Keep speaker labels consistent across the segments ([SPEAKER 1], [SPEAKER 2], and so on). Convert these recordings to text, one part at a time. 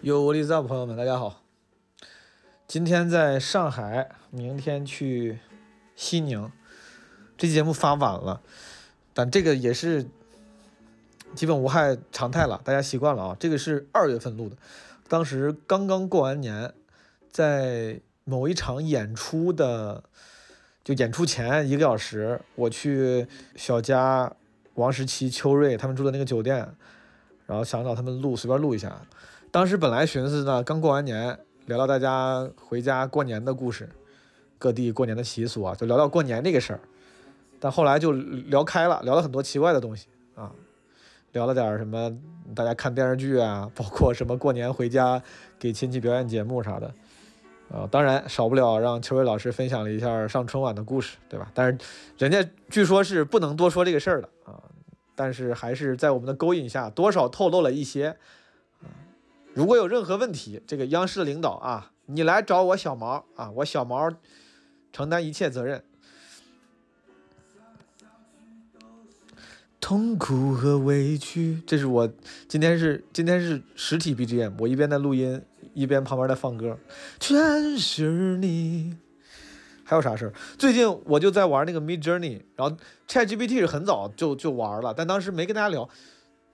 [SPEAKER 1] 有我 is up，朋友们，大家好。今天在上海，明天去西宁。这期节目发晚了，但这个也是基本无害常态了，大家习惯了啊。这个是二月份录的，当时刚刚过完年，在某一场演出的就演出前一个小时，我去小佳、王十七、秋瑞他们住的那个酒店，然后想找他们录，随便录一下。当时本来寻思呢，刚过完年，聊聊大家回家过年的故事，各地过年的习俗啊，就聊聊过年这个事儿。但后来就聊开了，聊了很多奇怪的东西啊，聊了点儿什么大家看电视剧啊，包括什么过年回家给亲戚表演节目啥的。啊，当然少不了让秋伟老师分享了一下上春晚的故事，对吧？但是人家据说是不能多说这个事儿的啊，但是还是在我们的勾引下，多少透露了一些。如果有任何问题，这个央视的领导啊，你来找我小毛啊，我小毛承担一切责任。痛苦和委屈，这是我今天是今天是实体 BGM，我一边在录音，一边旁边在放歌，全是你。还有啥事儿？最近我就在玩那个 Mid Journey，然后 ChatGPT 是很早就就玩了，但当时没跟大家聊，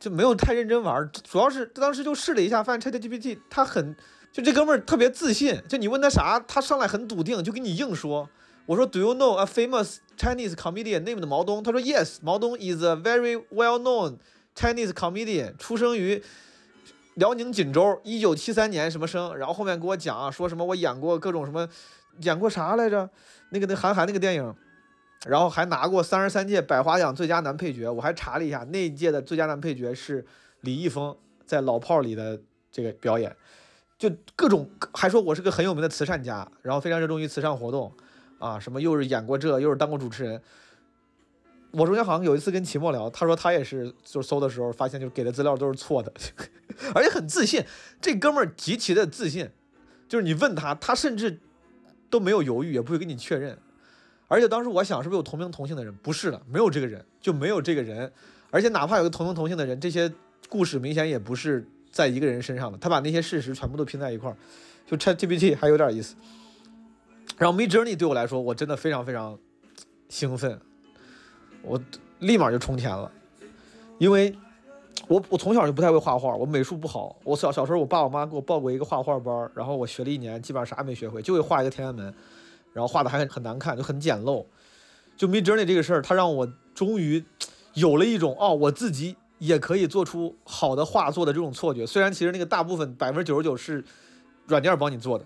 [SPEAKER 1] 就没有太认真玩儿，主要是当时就试了一下，发现 ChatGPT 它很，就这哥们儿特别自信，就你问他啥，他上来很笃定，就给你硬说。我说 Do you know a famous Chinese comedian named 毛东？他说 Yes，毛东 is a very well-known Chinese comedian，出生于辽宁锦州，一九七三年什么生。然后后面给我讲啊，说什么我演过各种什么，演过啥来着？那个那韩寒那个电影。然后还拿过三十三届百花奖最佳男配角。我还查了一下，那一届的最佳男配角是李易峰在《老炮儿》里的这个表演，就各种还说我是个很有名的慈善家，然后非常热衷于慈善活动啊，什么又是演过这，又是当过主持人。我中间好像有一次跟齐墨聊，他说他也是，就是搜的时候发现，就是给的资料都是错的， 而且很自信。这哥们儿极其的自信，就是你问他，他甚至都没有犹豫，也不会跟你确认。而且当时我想，是不是有同名同姓的人？不是的，没有这个人，就没有这个人。而且哪怕有个同名同姓的人，这些故事明显也不是在一个人身上的。他把那些事实全部都拼在一块儿，就 ChatGPT 还有点意思。然后 Mid Journey 对我来说，我真的非常非常兴奋，我立马就充钱了，因为我我从小就不太会画画，我美术不好。我小小时候，我爸我妈给我报过一个画画班儿，然后我学了一年，基本上啥也没学会，就会画一个天安门。然后画的还很很难看，就很简陋。就 Mid Journey 这个事儿，它让我终于有了一种哦，我自己也可以做出好的画作的这种错觉。虽然其实那个大部分百分之九十九是软件帮你做的，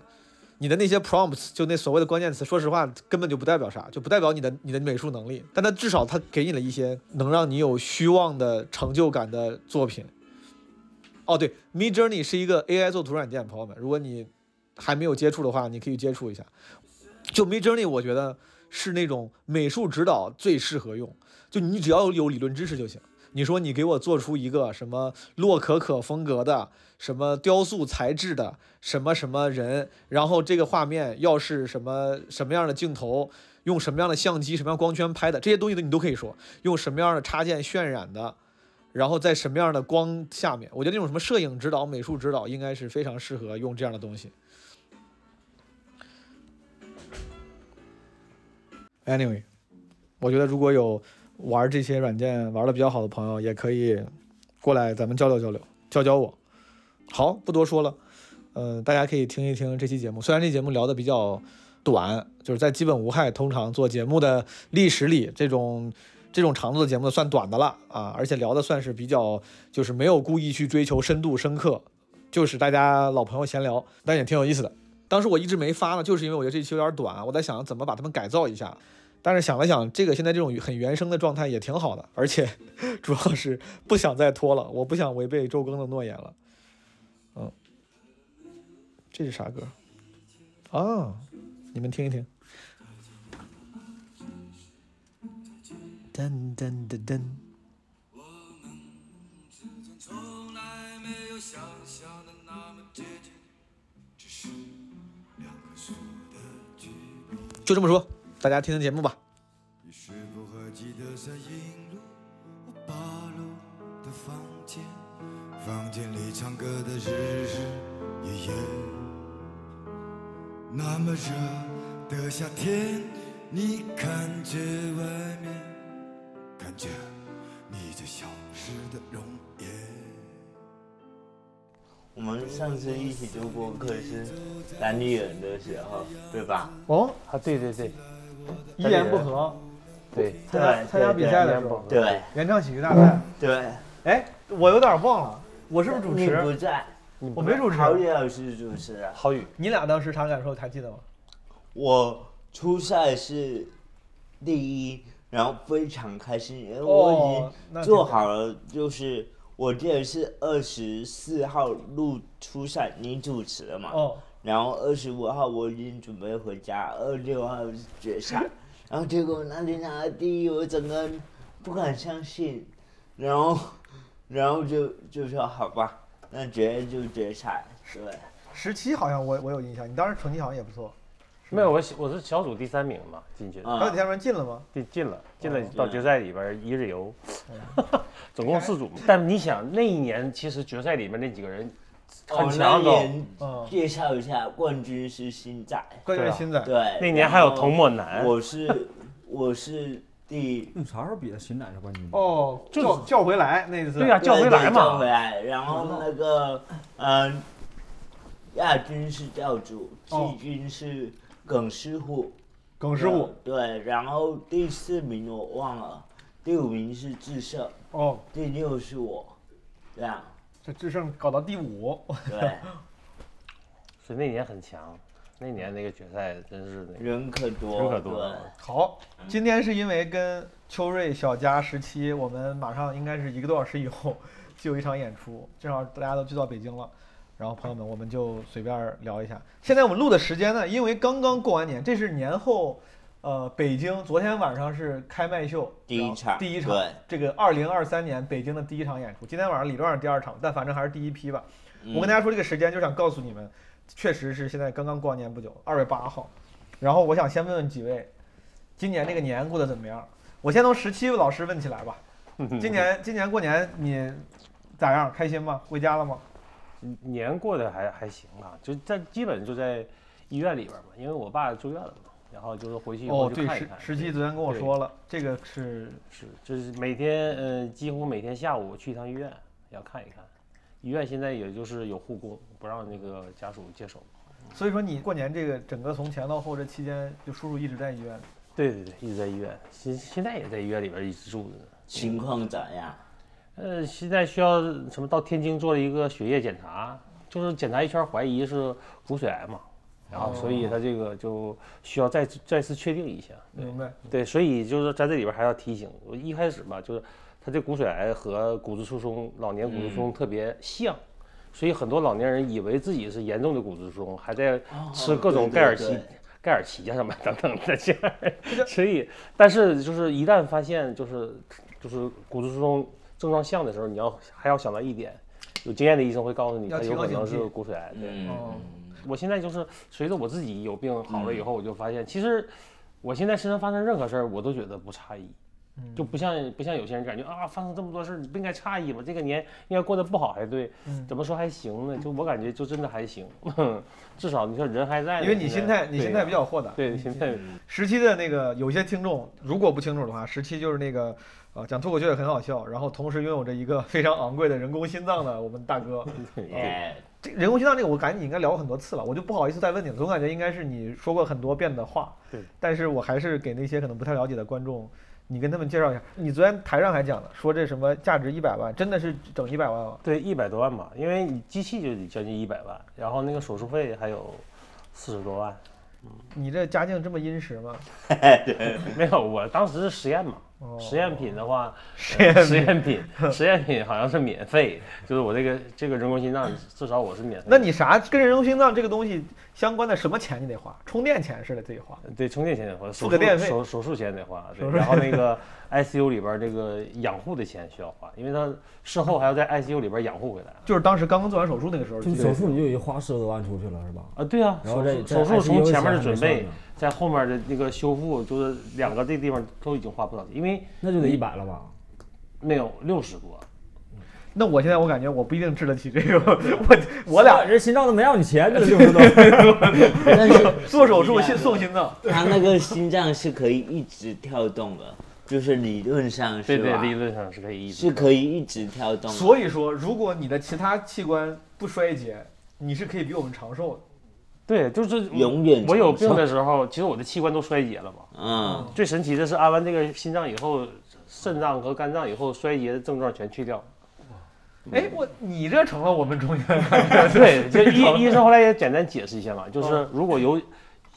[SPEAKER 1] 你的那些 prompts 就那所谓的关键词，说实话根本就不代表啥，就不代表你的你的美术能力。但它至少它给你了一些能让你有虚妄的成就感的作品。哦，对，Mid Journey 是一个 AI 做图软件，朋友们，如果你还没有接触的话，你可以接触一下。就 Mid Journey，我觉得是那种美术指导最适合用，就你只要有理论知识就行。你说你给我做出一个什么洛可可风格的，什么雕塑材质的，什么什么人，然后这个画面要是什么什么样的镜头，用什么样的相机、什么样光圈拍的，这些东西你都可以说，用什么样的插件渲染的，然后在什么样的光下面，我觉得那种什么摄影指导、美术指导应该是非常适合用这样的东西。Anyway，我觉得如果有玩这些软件玩的比较好的朋友，也可以过来咱们交流交流，教教我。好，不多说了，呃，大家可以听一听这期节目。虽然这节目聊的比较短，就是在基本无害通常做节目的历史里，这种这种长度的节目算短的了啊，而且聊的算是比较就是没有故意去追求深度深刻，就是大家老朋友闲聊，但也挺有意思的。当时我一直没发呢，就是因为我觉得这期有点短，我在想怎么把它们改造一下。但是想了想，这个现在这种很原生的状态也挺好的，而且 主要是不想再拖了，我不想违背周更的诺言了。嗯，这是啥歌？啊，你们听一听。噔噔噔噔，
[SPEAKER 2] 从来没有想象的那么接近，只是两棵树的距离。
[SPEAKER 1] 就这么说，大家听听节目吧。
[SPEAKER 2] 你是否还记得三英路我八楼的房间？房间里唱歌的日日爷爷。那么热的夏天，你看着外面，看着你这消失的容颜。
[SPEAKER 3] 我们上次一起做播客是单立人的时候，对吧？
[SPEAKER 1] 哦，
[SPEAKER 4] 啊，对对对
[SPEAKER 1] 一言不合，
[SPEAKER 4] 对
[SPEAKER 1] 参加
[SPEAKER 3] 对
[SPEAKER 1] 参加比赛的时候，
[SPEAKER 4] 对
[SPEAKER 3] 对
[SPEAKER 1] 原唱喜剧大赛，
[SPEAKER 3] 对，
[SPEAKER 1] 哎，我有点忘了，我是不是主
[SPEAKER 3] 你不
[SPEAKER 1] 持？
[SPEAKER 3] 在，
[SPEAKER 1] 我没主持，
[SPEAKER 3] 陶冶老师主持啊。
[SPEAKER 4] 郝宇，
[SPEAKER 1] 你俩当时啥感受？还记得吗？
[SPEAKER 3] 我初赛是第一，然后非常开心，因为我
[SPEAKER 1] 哦
[SPEAKER 3] 已
[SPEAKER 1] 那
[SPEAKER 3] 经
[SPEAKER 1] 挺
[SPEAKER 3] 做
[SPEAKER 1] 好
[SPEAKER 3] 好了，就是我记得是二十四号录初赛，你主持了嘛？
[SPEAKER 1] 哦，
[SPEAKER 3] 然后二十五号我已经准备回家，二六号决赛，然后结果那里拿了第一，我整个人不敢相信，然后，然后就就说好吧，那决赛就决赛，对，
[SPEAKER 1] 十七好像我我有印象，你当时成绩好像也不错，
[SPEAKER 4] 没有我小我是小组第三名嘛进去的，
[SPEAKER 1] 还有
[SPEAKER 3] 啊
[SPEAKER 1] 你，下面进了吗？
[SPEAKER 4] 进进了进了
[SPEAKER 3] 嗯
[SPEAKER 4] 到决赛里边儿一日游， 总 共四组嘛。但你想那一年其实决赛里面那几个人很
[SPEAKER 3] 哦那
[SPEAKER 4] 抢手，
[SPEAKER 3] 年
[SPEAKER 1] 嗯
[SPEAKER 3] 介绍一下，冠军是新仔，
[SPEAKER 1] 关键
[SPEAKER 4] 对
[SPEAKER 1] 是
[SPEAKER 4] 啊
[SPEAKER 1] 新仔，
[SPEAKER 3] 对，
[SPEAKER 4] 那年还有童
[SPEAKER 3] 梦，
[SPEAKER 4] 漠男，
[SPEAKER 3] 我是我是第
[SPEAKER 5] 你啥时候比的新仔是冠军？，
[SPEAKER 1] 哦，
[SPEAKER 4] 就
[SPEAKER 1] 叫叫回来那一次，
[SPEAKER 4] 对啊呀、叫回来
[SPEAKER 3] 对对叫回
[SPEAKER 4] 嘛，
[SPEAKER 3] 来，然后那个嗯、亚军是教主，
[SPEAKER 1] 哦
[SPEAKER 3] 季军是耿师傅。
[SPEAKER 1] 耿师
[SPEAKER 4] 啊
[SPEAKER 1] 傅，
[SPEAKER 3] 对，然后第四名我忘了，第五名是智胜，
[SPEAKER 1] 哦，
[SPEAKER 3] 第六是我，这样
[SPEAKER 1] 这智胜搞到第五，
[SPEAKER 3] 对，
[SPEAKER 4] 所以那年很强。那年那个决赛真是那个
[SPEAKER 3] 人可多，
[SPEAKER 4] 人可多了
[SPEAKER 3] 对，
[SPEAKER 1] 好，今天是因为跟秋瑞、小佳、十七，我们马上应该是一个多小时以后就有一场演出，正好大家都聚到北京了。然后朋友们，我们就随便聊一下。现在我们录的时间呢，因为刚刚过完年，这是年后，呃，北京昨天晚上是开麦秀
[SPEAKER 3] 第一
[SPEAKER 1] 然后
[SPEAKER 3] 场
[SPEAKER 1] 第一场
[SPEAKER 3] 对，
[SPEAKER 1] 这个二零二三年北京的第一场演出。今天晚上理论上是第二场，但反正还是第一批吧。
[SPEAKER 3] 嗯
[SPEAKER 1] 我跟大家说这个时间，就想告诉你们，确实是现在刚刚过完年不久，二月八号。然后我想先问问几位，今年这个年过得怎么样？我先从十七老师问起来吧。
[SPEAKER 4] 嗯
[SPEAKER 1] 今年今年过年你咋样？开心吗？回家了吗？
[SPEAKER 4] 年过得还还行吧，就在基本就在医院里边嘛，因为我爸住院了嘛，然后就是回去以
[SPEAKER 1] 哦
[SPEAKER 4] 后，就
[SPEAKER 1] 对，
[SPEAKER 4] 看一
[SPEAKER 1] 十
[SPEAKER 4] 看。
[SPEAKER 1] 十七昨天跟我
[SPEAKER 4] 对
[SPEAKER 1] 说了，这个是
[SPEAKER 4] 是，就是每天，呃，几乎每天下午去一趟医院，要看一看。医院现在也就是有护工，不让那个家属接手。
[SPEAKER 1] 所以说你过年这个整个从前到后这期间，就叔叔一直在医院。
[SPEAKER 4] 对对对，一直在医院，现现在也在医院里边一直住着呢。
[SPEAKER 3] 情况咋样？
[SPEAKER 4] 呃，现在需要什么？到天津做了一个血液检查，就是检查一圈，怀疑是骨髓癌嘛，然后所以他这个就需要再次再次确定一下。对
[SPEAKER 1] 明白？
[SPEAKER 4] 对，所以就是在这里边还要提醒，我一开始吧，就是他这骨髓癌和骨质疏松，老年骨质疏松
[SPEAKER 1] 嗯
[SPEAKER 4] 特别像，所以很多老年人以为自己是严重的骨质疏松，还在
[SPEAKER 1] 哦
[SPEAKER 4] 吃各种
[SPEAKER 3] 对对
[SPEAKER 4] 盖尔
[SPEAKER 3] 对
[SPEAKER 4] 奇。盖尔奇啊呀什么等等的这样， 所以，但是就是一旦发现就是就是骨质疏松症状像的时候，你要还要想到一点，有经验的医生会告诉你，
[SPEAKER 1] 要
[SPEAKER 4] 他
[SPEAKER 1] 提
[SPEAKER 4] 有
[SPEAKER 1] 高
[SPEAKER 4] 可能
[SPEAKER 1] 警
[SPEAKER 4] 是
[SPEAKER 1] 惕
[SPEAKER 4] 骨髓癌。对，
[SPEAKER 1] 哦
[SPEAKER 3] 嗯，
[SPEAKER 4] 我现在就是随着我自己有病好
[SPEAKER 1] 嗯
[SPEAKER 4] 了以后，我就发现，其实我现在身上发生任何事儿，我都觉得不诧异，
[SPEAKER 1] 嗯
[SPEAKER 4] 就不像不像有些人感觉啊，发生这么多事儿，你不应该诧异吗？这个年应该过得不好才对，
[SPEAKER 1] 嗯
[SPEAKER 4] 怎么说还行呢？就我感觉就真的还行， 至少你说人还在呢，
[SPEAKER 1] 因为你
[SPEAKER 4] 现
[SPEAKER 1] 心
[SPEAKER 4] 在
[SPEAKER 1] 态你心态比较嗯豁达。
[SPEAKER 4] 嗯对对心态
[SPEAKER 1] 十七的那个有些听众如果不清楚的话，十七就是那个呃讲脱口秀也很好笑，然后同时拥有着一个非常昂贵的人工心脏的我们大 哥。
[SPEAKER 3] 哎，
[SPEAKER 1] 这人工心脏这个我感觉你应该聊过很多次了，我就不好意思再问你了，总感觉应该是你说过很多遍的话。
[SPEAKER 4] 对，
[SPEAKER 1] 但是我还是给那些可能不太了解的观众，你跟他们介绍一下。你昨天台上还讲了，说这什么价值一百万，真的是整一百万啊吗？
[SPEAKER 4] 对一百多万吧，因为你机器就得将近一百万，然后那个手术费还有四十多万，
[SPEAKER 1] 你这家境这么殷实吗？
[SPEAKER 4] 没有，我当时是实验嘛，
[SPEAKER 1] 哦
[SPEAKER 4] 实验品的话。
[SPEAKER 1] 实验
[SPEAKER 4] 呃
[SPEAKER 1] 品
[SPEAKER 4] 实验 品，实验品好像是免费，就是我这个这个人工心脏，至少我是免费
[SPEAKER 1] 嗯那
[SPEAKER 4] 的。
[SPEAKER 1] 你啥跟人工心脏这个东西相关的什么钱你得花？充电钱是得自己花。
[SPEAKER 4] 对充电钱得花，手
[SPEAKER 1] 付个
[SPEAKER 4] 术
[SPEAKER 1] 电费
[SPEAKER 4] 手手术钱得花，对
[SPEAKER 1] 手，术
[SPEAKER 4] 然后那个 ICU 里边这个养护的钱需要花，因为他事后还要在 ICU 里边养护回来。
[SPEAKER 1] 就是当时刚刚做完手术那个时候，
[SPEAKER 5] 就手术你就已经花十多万出去了是吧？
[SPEAKER 4] 啊，对啊，
[SPEAKER 5] 然后
[SPEAKER 4] 手
[SPEAKER 5] 再
[SPEAKER 4] 术
[SPEAKER 5] 再
[SPEAKER 4] 手术
[SPEAKER 5] ICU
[SPEAKER 4] 从前面
[SPEAKER 5] 钱
[SPEAKER 4] 的
[SPEAKER 5] 还
[SPEAKER 4] 准
[SPEAKER 5] 没
[SPEAKER 4] 备
[SPEAKER 5] 算呢，
[SPEAKER 4] 在后面的那个修复，就是两个这地方都已经花不少钱，因为
[SPEAKER 5] 那就得一百了吧？
[SPEAKER 4] 没有六十多，
[SPEAKER 1] 那我现在我感觉我不一定治得起这个， 我我俩
[SPEAKER 5] 这心脏都没要你钱去了，就是 都。
[SPEAKER 3] 但是
[SPEAKER 1] 做手术先送心脏，
[SPEAKER 3] 他那个心脏是可以一直跳动的，就是理论上是
[SPEAKER 4] 对对，
[SPEAKER 3] 吧？
[SPEAKER 4] 理论上是可以一直
[SPEAKER 3] 是可以一直跳
[SPEAKER 4] 嗯
[SPEAKER 3] 动的。
[SPEAKER 1] 所以说如果你的其他器官不衰竭，你是可以比我们长寿的。
[SPEAKER 4] 对，就是
[SPEAKER 3] 永远
[SPEAKER 4] 我有
[SPEAKER 3] 长寿
[SPEAKER 4] 病的时候，其实我的器官都衰竭了嘛。
[SPEAKER 3] 嗯，
[SPEAKER 4] 最神奇的是，安完这个心脏以后，肾脏和肝脏以后衰竭的症状全去掉。 嗯
[SPEAKER 1] 哎，我你这成了我们中间
[SPEAKER 4] 对，这医医生后来也简单解释一下嘛，就是如果由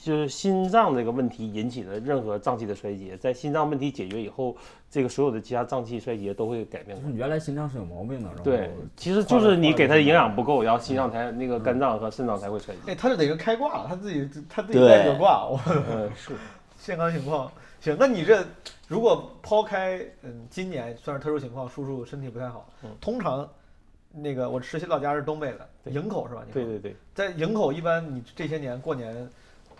[SPEAKER 4] 就是心脏这个问题引起的任何脏器的衰竭，在心脏问题解决以后，这个所有的其他脏器衰竭都会改变过来。
[SPEAKER 5] 原来心脏是有毛病的，然后
[SPEAKER 4] 对，其实就是你给它的营养不够，然后心脏才那个肝脏和肾脏才会衰竭。
[SPEAKER 1] 哎，他这等于开挂了，他自己他自己
[SPEAKER 3] 对
[SPEAKER 1] 带着挂，我
[SPEAKER 4] 嗯，是。
[SPEAKER 1] 健康情况行。那你这如果抛开嗯，今年算是特殊情况，叔叔身体不太好，
[SPEAKER 4] 嗯
[SPEAKER 1] 通常那个我实习老家是东北的，
[SPEAKER 4] 对
[SPEAKER 1] 营口是吧？你
[SPEAKER 4] 对
[SPEAKER 1] 说
[SPEAKER 4] 对对，
[SPEAKER 1] 在营口一般你这些年过年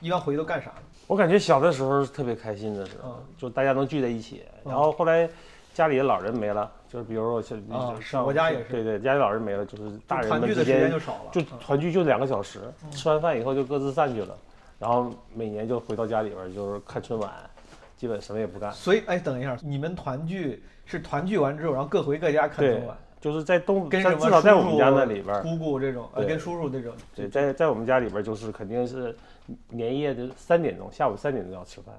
[SPEAKER 1] 一般回去都干啥？
[SPEAKER 4] 我感觉小的时候是特别开心的时候
[SPEAKER 1] 嗯，
[SPEAKER 4] 就大家能聚在一起。
[SPEAKER 1] 嗯
[SPEAKER 4] 然后后来家里的老人没了，就是比如说像
[SPEAKER 1] 啊
[SPEAKER 4] 就是上
[SPEAKER 1] 我家也是
[SPEAKER 4] 对对，家里老人没了，就是大
[SPEAKER 1] 就
[SPEAKER 4] 人
[SPEAKER 1] 团
[SPEAKER 4] 们
[SPEAKER 1] 聚
[SPEAKER 4] 之
[SPEAKER 1] 的时间
[SPEAKER 4] 间
[SPEAKER 1] 就少了，
[SPEAKER 4] 就
[SPEAKER 1] 嗯
[SPEAKER 4] 团聚就两个小时，吃完饭以后就各自散去了，然后每年就回到家里边儿就是看春晚，基本什么也不干。
[SPEAKER 1] 所以哎，等一下，你们团聚是团聚完之后，然后各回各家看
[SPEAKER 4] 对
[SPEAKER 1] 春晚，
[SPEAKER 4] 就是在东，
[SPEAKER 1] 跟
[SPEAKER 4] 在
[SPEAKER 1] 什么
[SPEAKER 4] 至少在
[SPEAKER 1] 叔
[SPEAKER 4] 我们家
[SPEAKER 1] 叔
[SPEAKER 4] 那里边儿，
[SPEAKER 1] 姑姑这种，呃，
[SPEAKER 4] 对
[SPEAKER 1] 跟叔叔这种，
[SPEAKER 4] 对，在在我们家里边儿就是肯定是年夜的三点钟，下午三点钟要吃饭。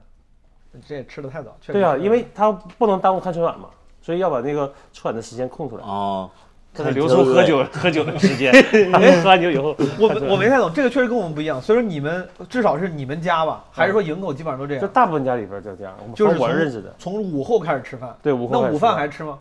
[SPEAKER 1] 这也吃的太早，确实
[SPEAKER 4] 对啊，
[SPEAKER 1] 是
[SPEAKER 4] 因为他不能耽误看春晚嘛，所以要把那个春晚的时间空出来，
[SPEAKER 3] 哦，
[SPEAKER 4] 不能留出喝酒 喝酒的时间。他们喝完酒以后，
[SPEAKER 1] 我
[SPEAKER 4] 看春晚
[SPEAKER 1] 我没太懂，这个确实跟我们不一样。所以说你们至少是你们家吧，还是说营口基本上都这
[SPEAKER 4] 就
[SPEAKER 1] 样？
[SPEAKER 4] 大部分家里边儿就这样，我
[SPEAKER 1] 就是
[SPEAKER 4] 我
[SPEAKER 1] 从
[SPEAKER 4] 认识的。
[SPEAKER 1] 从午后开始吃饭，
[SPEAKER 4] 对，午后
[SPEAKER 1] 那
[SPEAKER 4] 开始
[SPEAKER 1] 午
[SPEAKER 4] 吃
[SPEAKER 1] 饭
[SPEAKER 4] 饭
[SPEAKER 1] 还吃吗？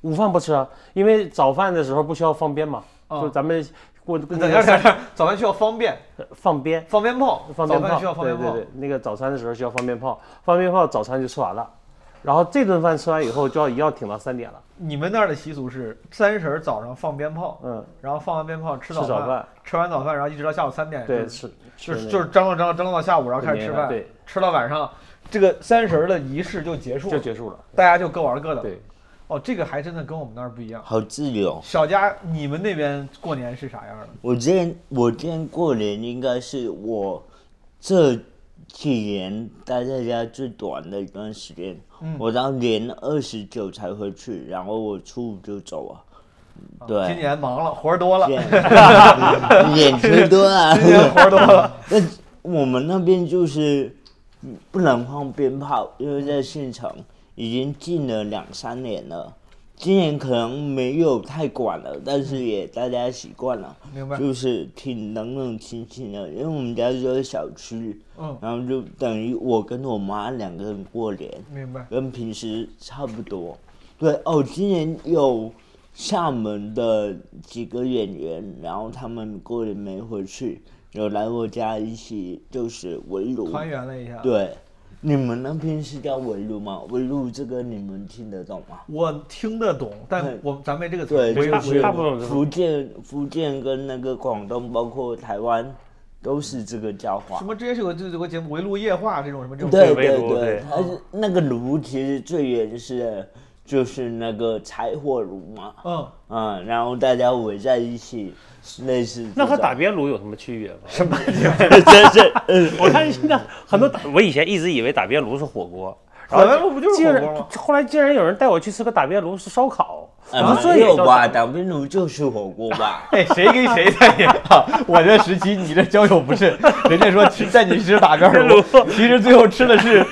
[SPEAKER 4] 午饭不吃啊，因为早饭的时候不需要放鞭嘛，
[SPEAKER 1] 啊
[SPEAKER 4] 就咱们过过
[SPEAKER 1] 等一 下，等一下，早饭需要方便，
[SPEAKER 4] 放鞭，
[SPEAKER 1] 放鞭炮，
[SPEAKER 4] 放鞭
[SPEAKER 1] 早
[SPEAKER 4] 炮，
[SPEAKER 1] 饭需要放
[SPEAKER 4] 对
[SPEAKER 1] 鞭
[SPEAKER 4] 对
[SPEAKER 1] 炮
[SPEAKER 4] 对，，那个早餐的时候需要放鞭炮，放鞭炮早餐就吃完了，然后这顿饭吃完以后就要一定要挺到三点了，
[SPEAKER 1] 你们那儿的习俗是三十儿早上放鞭炮，
[SPEAKER 4] 嗯，
[SPEAKER 1] 然后放完鞭炮吃
[SPEAKER 4] 吃
[SPEAKER 1] 早
[SPEAKER 4] 早
[SPEAKER 1] 饭，
[SPEAKER 4] 饭，
[SPEAKER 1] 吃完早饭然后一直到下午三点，
[SPEAKER 4] 对，
[SPEAKER 1] 是
[SPEAKER 4] 吃
[SPEAKER 1] 就
[SPEAKER 4] 吃
[SPEAKER 1] 是
[SPEAKER 4] 那
[SPEAKER 1] 就是张罗张罗张罗到下午，然后开
[SPEAKER 4] 过
[SPEAKER 1] 始吃
[SPEAKER 4] 年了
[SPEAKER 1] 饭，
[SPEAKER 4] 对，
[SPEAKER 1] 吃到晚上，这个三十儿的仪式就结束
[SPEAKER 4] 就
[SPEAKER 1] 了，
[SPEAKER 4] 结束了，
[SPEAKER 1] 大家就各玩各的。
[SPEAKER 4] 对，
[SPEAKER 1] 哦，这个还真的跟我们那儿不一样。
[SPEAKER 3] 好自由。
[SPEAKER 1] 小家，你们那边过年是啥样的？
[SPEAKER 3] 我之前我之前过年应该是我这几年待在家最短的一段时间，
[SPEAKER 1] 嗯
[SPEAKER 3] 我到年二十九才回去，然后我初五就走 啊。对，
[SPEAKER 1] 今年忙了，活儿多了，
[SPEAKER 3] 年演出多啊。
[SPEAKER 1] 今年活儿多 了。
[SPEAKER 3] 那我们那边就是嗯不能放鞭炮，因为在县城已经禁了两三年了。今年可能没有太管了，但是也大家习惯了，
[SPEAKER 1] 明白
[SPEAKER 3] 就是挺冷冷清清的。因为我们家就在小区，
[SPEAKER 1] 嗯
[SPEAKER 3] 然后就等于我跟我妈两个人过年，
[SPEAKER 1] 明白。
[SPEAKER 3] 跟平时差不多。对哦，今年有厦门的几个演员，然后他们过年没回去，有来我家一起就是围炉。
[SPEAKER 1] 团
[SPEAKER 4] 啊
[SPEAKER 1] 圆了一下。，
[SPEAKER 3] 对，你们那边是叫围炉吗？围炉这个你们听得懂吗？
[SPEAKER 1] 我听得懂，但
[SPEAKER 3] 对
[SPEAKER 1] 我咱没这个词。
[SPEAKER 3] 对，
[SPEAKER 4] 围
[SPEAKER 3] 就
[SPEAKER 4] 围
[SPEAKER 3] 是
[SPEAKER 4] 大部分都是
[SPEAKER 3] 福建、福建跟那个广东，包括台湾，都是这个叫法
[SPEAKER 1] 什。么之前是有个就有个节目《围炉夜话》这种什么这种。
[SPEAKER 3] 对
[SPEAKER 4] 围
[SPEAKER 3] 对
[SPEAKER 4] 炉对
[SPEAKER 3] 它是那个炉，其实最原始的就是那个柴火炉嘛。
[SPEAKER 1] 嗯，
[SPEAKER 3] 嗯，然后大家围在一起，类似
[SPEAKER 4] 那和
[SPEAKER 3] 这种
[SPEAKER 4] 打边炉有什么区别吗？
[SPEAKER 3] 真是 嗯
[SPEAKER 4] 我看现在很多打，我以前一直以为打边炉是火锅，然
[SPEAKER 1] 打
[SPEAKER 4] 后
[SPEAKER 1] 边炉不就是
[SPEAKER 4] 竟
[SPEAKER 1] 火
[SPEAKER 4] 然
[SPEAKER 1] 锅吗？
[SPEAKER 4] 后来竟然有人带我去吃个打边炉是烧烤，然
[SPEAKER 1] 啊
[SPEAKER 4] 后
[SPEAKER 3] 哎
[SPEAKER 4] 这
[SPEAKER 3] 没
[SPEAKER 4] 也
[SPEAKER 3] 有
[SPEAKER 4] 叫
[SPEAKER 3] 吧？打边炉就是火锅 吧？
[SPEAKER 1] 哎，谁跟谁在演啊？我这时期你这交友不慎，人家说吃带你吃打边炉，其实最后吃的是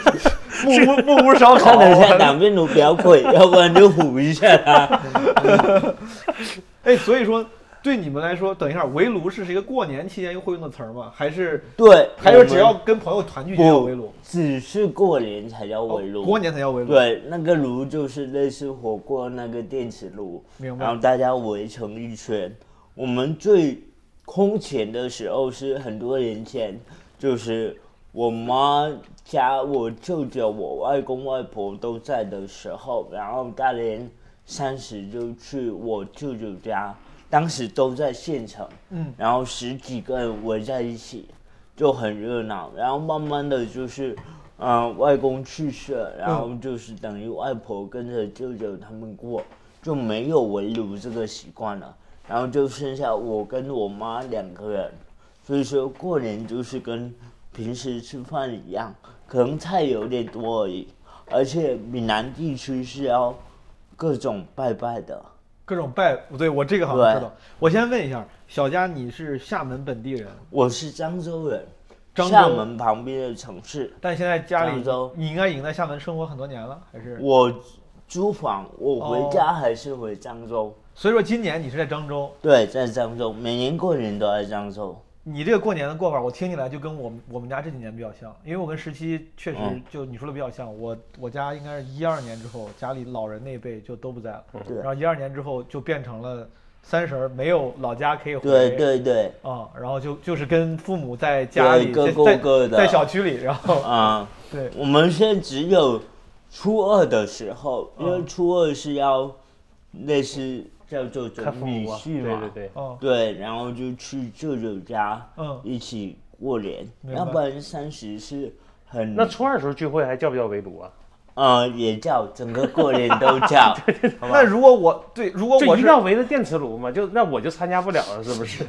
[SPEAKER 1] 木屋木屋烧烤
[SPEAKER 3] 看。了一下打边炉不要跪，要不然就唬一下 他。
[SPEAKER 1] 哎，所以说对你们来说，等一下围炉是是一个过年期间会用的词儿吗？还是
[SPEAKER 3] 对，
[SPEAKER 1] 还是
[SPEAKER 3] 我们
[SPEAKER 1] 只要跟朋友团聚就叫围炉
[SPEAKER 3] 不？只是过年才叫围炉，
[SPEAKER 1] 哦过年才叫围炉。
[SPEAKER 3] 对那个炉就是类似火锅那个电磁炉，
[SPEAKER 1] 明白
[SPEAKER 3] 然后大家围成一圈。我们最空前的时候是很多年前，就是我妈家、我舅舅、我外公外婆都在的时候，然后大年三十就去我舅舅家，当时都在县城，
[SPEAKER 1] 嗯，
[SPEAKER 3] 然后十几个人围在一起，就很热闹。然后慢慢的就是，呃嗯、外公去世了，然后就是等于外婆跟着舅舅他们过。就没有围炉这个习惯了，然后就剩下我跟我妈两个人，所以说过年就是跟平时吃饭一样，可能菜有点多而已，而且闽南地区是要各种拜拜的，
[SPEAKER 1] 各种拜，不对我这个好像知
[SPEAKER 3] 对
[SPEAKER 1] 道。我先问一下，小佳，你是厦门本地人，
[SPEAKER 3] 我是漳州人，
[SPEAKER 1] 漳
[SPEAKER 3] 厦
[SPEAKER 1] 州
[SPEAKER 3] 门旁边的城市，
[SPEAKER 1] 但现在家里
[SPEAKER 3] 漳州
[SPEAKER 1] 你应该已经在厦门生活很多年了，还是？
[SPEAKER 3] 我租房，我
[SPEAKER 1] 哦
[SPEAKER 3] 回家还是回漳州。
[SPEAKER 1] 所以说今年你是在漳州，
[SPEAKER 3] 对，在漳州，每年过年都在漳州。
[SPEAKER 1] 你这个过年的过法，我听起来就跟我们我们家这几年比较像，因为我跟十七确实
[SPEAKER 3] 嗯
[SPEAKER 1] 就你说的比较像，我我家应该是一二年之后，家里老人那一辈就都不在了，
[SPEAKER 3] 对
[SPEAKER 1] 然后一二年之后就变成了三十儿没有老家可以回，
[SPEAKER 3] 对对对，
[SPEAKER 1] 啊、然后就就是跟父母在家
[SPEAKER 3] 对
[SPEAKER 1] 里
[SPEAKER 3] 各
[SPEAKER 1] 在
[SPEAKER 3] 过
[SPEAKER 1] 在
[SPEAKER 3] 各的
[SPEAKER 1] 在小区里，然后
[SPEAKER 3] 啊、
[SPEAKER 1] 对
[SPEAKER 3] 我们现在只有初二的时候，
[SPEAKER 4] 嗯
[SPEAKER 3] 因为初二是要类似叫做
[SPEAKER 1] 呃
[SPEAKER 4] 看
[SPEAKER 3] 准
[SPEAKER 4] 父
[SPEAKER 3] 女
[SPEAKER 4] 母啊，
[SPEAKER 3] 婿
[SPEAKER 4] 对对
[SPEAKER 3] 嘛，
[SPEAKER 4] 对，
[SPEAKER 1] 哦，
[SPEAKER 3] 对然后就去舅舅家
[SPEAKER 1] 嗯
[SPEAKER 3] 一起过年，
[SPEAKER 1] 明白
[SPEAKER 3] 要不然三十是很
[SPEAKER 4] 那初二时候聚会还叫不叫围炉啊？
[SPEAKER 3] 呃也叫整个过年都 叫，好吧
[SPEAKER 1] 那如果我对如果
[SPEAKER 4] 就
[SPEAKER 1] 我
[SPEAKER 4] 一
[SPEAKER 1] 是
[SPEAKER 4] 定要围着电磁炉嘛，就那我就参加不了了，是 不是？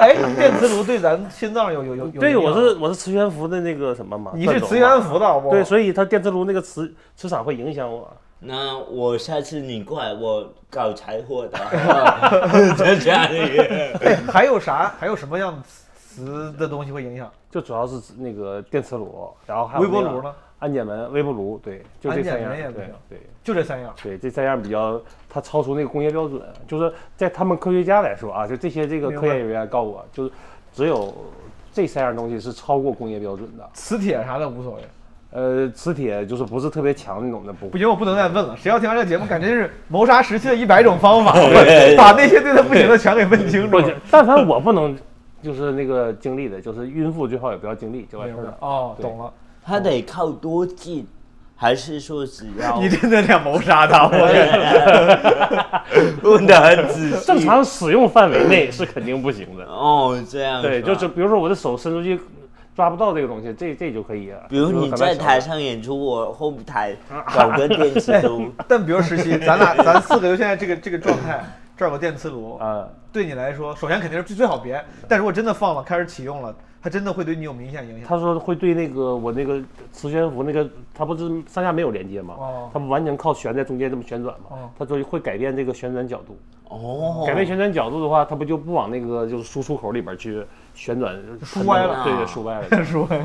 [SPEAKER 1] 哎，电磁炉对咱心脏有有有有
[SPEAKER 4] 对，
[SPEAKER 1] 影响
[SPEAKER 4] 我是我是磁悬浮的那个什么嘛，
[SPEAKER 1] 你
[SPEAKER 4] 钻
[SPEAKER 1] 是
[SPEAKER 4] 头
[SPEAKER 1] 磁
[SPEAKER 4] 嘛
[SPEAKER 1] 悬浮哦的，我
[SPEAKER 4] 对，所以它电磁炉那个磁磁场会影响我。
[SPEAKER 3] 那我下次你过来，我搞柴火 的， 好不好在家里。
[SPEAKER 1] 哎，还有啥？还有什么样词的东西会影响？
[SPEAKER 4] 就主要是指那个电磁炉，然后还有
[SPEAKER 1] 微波
[SPEAKER 4] 那个
[SPEAKER 1] 炉呢？
[SPEAKER 4] 安检门、微波炉，对，就
[SPEAKER 1] 安
[SPEAKER 4] 这
[SPEAKER 1] 检
[SPEAKER 4] 三
[SPEAKER 1] 门
[SPEAKER 4] 样
[SPEAKER 1] 也
[SPEAKER 4] 儿。
[SPEAKER 1] 不
[SPEAKER 4] 对
[SPEAKER 1] 行
[SPEAKER 4] 对
[SPEAKER 1] 就这三样。
[SPEAKER 4] 对，这三样比较它超出那个工业标准，就是在他们科学家来说啊，就这些这个
[SPEAKER 1] 明
[SPEAKER 4] 科
[SPEAKER 1] 白
[SPEAKER 4] 研人员告诉我，就是只有这三样东西是超过工业标准的。
[SPEAKER 1] 磁铁啥的无所谓，
[SPEAKER 4] 呃，磁铁就是不是特别强那种的，不
[SPEAKER 1] 不行，我不能再问了。谁要听完这个节目，感觉是谋杀时期的一百种 方法，把那些对他不行的全给问清楚
[SPEAKER 4] 不。但凡我不能，就是那个经历的，就是孕妇最好也不要经历就完事儿
[SPEAKER 1] 明白
[SPEAKER 4] 了。
[SPEAKER 1] 哦，
[SPEAKER 4] 对
[SPEAKER 1] 懂了。
[SPEAKER 3] 他得靠多近，还是说只 要
[SPEAKER 1] 你真的想谋杀他？我
[SPEAKER 3] 问的很 仔细？
[SPEAKER 4] 正常使用范围内是肯定不行的。
[SPEAKER 3] 哦，这样
[SPEAKER 4] 对，
[SPEAKER 3] 吧
[SPEAKER 4] 就是比如说我的手伸出去抓不到这个东西，这这就可以了。
[SPEAKER 3] 比如你
[SPEAKER 4] 就是很难
[SPEAKER 3] 在
[SPEAKER 4] 想
[SPEAKER 3] 台
[SPEAKER 4] 的
[SPEAKER 3] 上演出，我后台搞个电磁炉，
[SPEAKER 1] 但比如十七，咱俩 咱四个就现在这个这个状态，这儿有个电磁炉，
[SPEAKER 4] 啊，
[SPEAKER 1] 对你来说，首先肯定是最好别。但如果真的放了，开始启用了，它真的会对你有明显影响。
[SPEAKER 4] 他说会对那个我那个磁悬浮那个，它不是上下没有连接
[SPEAKER 1] 哦
[SPEAKER 4] 吗？它不完全靠旋在中间这么旋转
[SPEAKER 1] 哦
[SPEAKER 4] 吗？它就会改变这个旋转角度。
[SPEAKER 3] 哦
[SPEAKER 4] 改，变旋转角度的话，它不就不往那个就是输出口里边去旋转，
[SPEAKER 1] 输歪哦
[SPEAKER 3] 了
[SPEAKER 4] 对对，输歪了，
[SPEAKER 1] 说呀，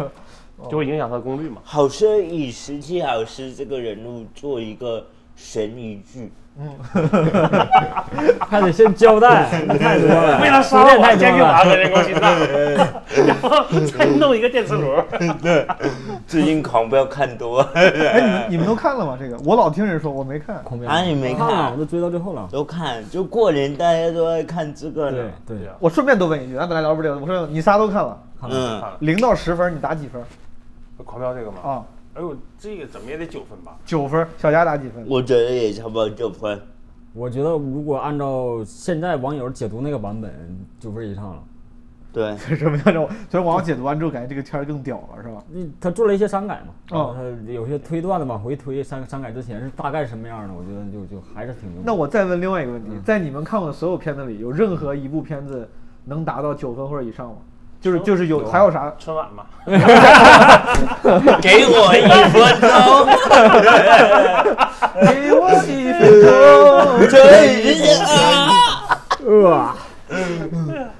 [SPEAKER 4] 就会影响它的功 率嘛。
[SPEAKER 3] 好像以十七老师这个人物做一个悬疑剧，
[SPEAKER 5] 还得先交代，你 太多了，
[SPEAKER 4] 为了
[SPEAKER 1] 啊
[SPEAKER 5] 时
[SPEAKER 4] 杀
[SPEAKER 5] 间
[SPEAKER 4] 我，先
[SPEAKER 5] 太多
[SPEAKER 4] 给我
[SPEAKER 5] 了。
[SPEAKER 4] 安个人工心脏， 然后再弄一个电磁炉。
[SPEAKER 3] 最近狂飙看多，
[SPEAKER 1] 哎，你你们都看了吗？这个我老听人说，我没看。
[SPEAKER 5] 孔彪
[SPEAKER 3] 啊，你没
[SPEAKER 5] 看了，我
[SPEAKER 3] 看，
[SPEAKER 5] 都追到最后了。
[SPEAKER 3] 都看，就过年大家都在看这个
[SPEAKER 5] 对
[SPEAKER 3] 呢，
[SPEAKER 5] 对，
[SPEAKER 1] 我顺便多问一句，咱本来聊不了，我说你仨都看了，
[SPEAKER 3] 嗯，
[SPEAKER 1] 零到十分你打几分
[SPEAKER 4] 狂飙这个嘛，
[SPEAKER 1] 啊？
[SPEAKER 4] 哎呦，这个怎么也得九分吧？
[SPEAKER 1] 九分，小佳打几分？
[SPEAKER 3] 我觉得也差不多九分，
[SPEAKER 5] 我觉得如果按照现在网友解读那个版本，九分以上了。
[SPEAKER 3] 对，
[SPEAKER 1] 什么样的？所以网友解读完之后，感觉这个圈儿更屌了，是吧？
[SPEAKER 5] 嗯他做了一些删改嘛，
[SPEAKER 1] 哦
[SPEAKER 5] 他有些推断的往回推，删删改之前是大概什么样的，我觉得就就还是挺牛。
[SPEAKER 1] 那我再问另外一个问题，在你们看过的所有片子里，有任何一部片子能达到九分或者以上吗？就是就是有啊还有啥？
[SPEAKER 4] 春晚嘛，
[SPEAKER 1] 嗯
[SPEAKER 3] 给我一分钟，
[SPEAKER 1] 给我一分钟。
[SPEAKER 3] 这已经是啊。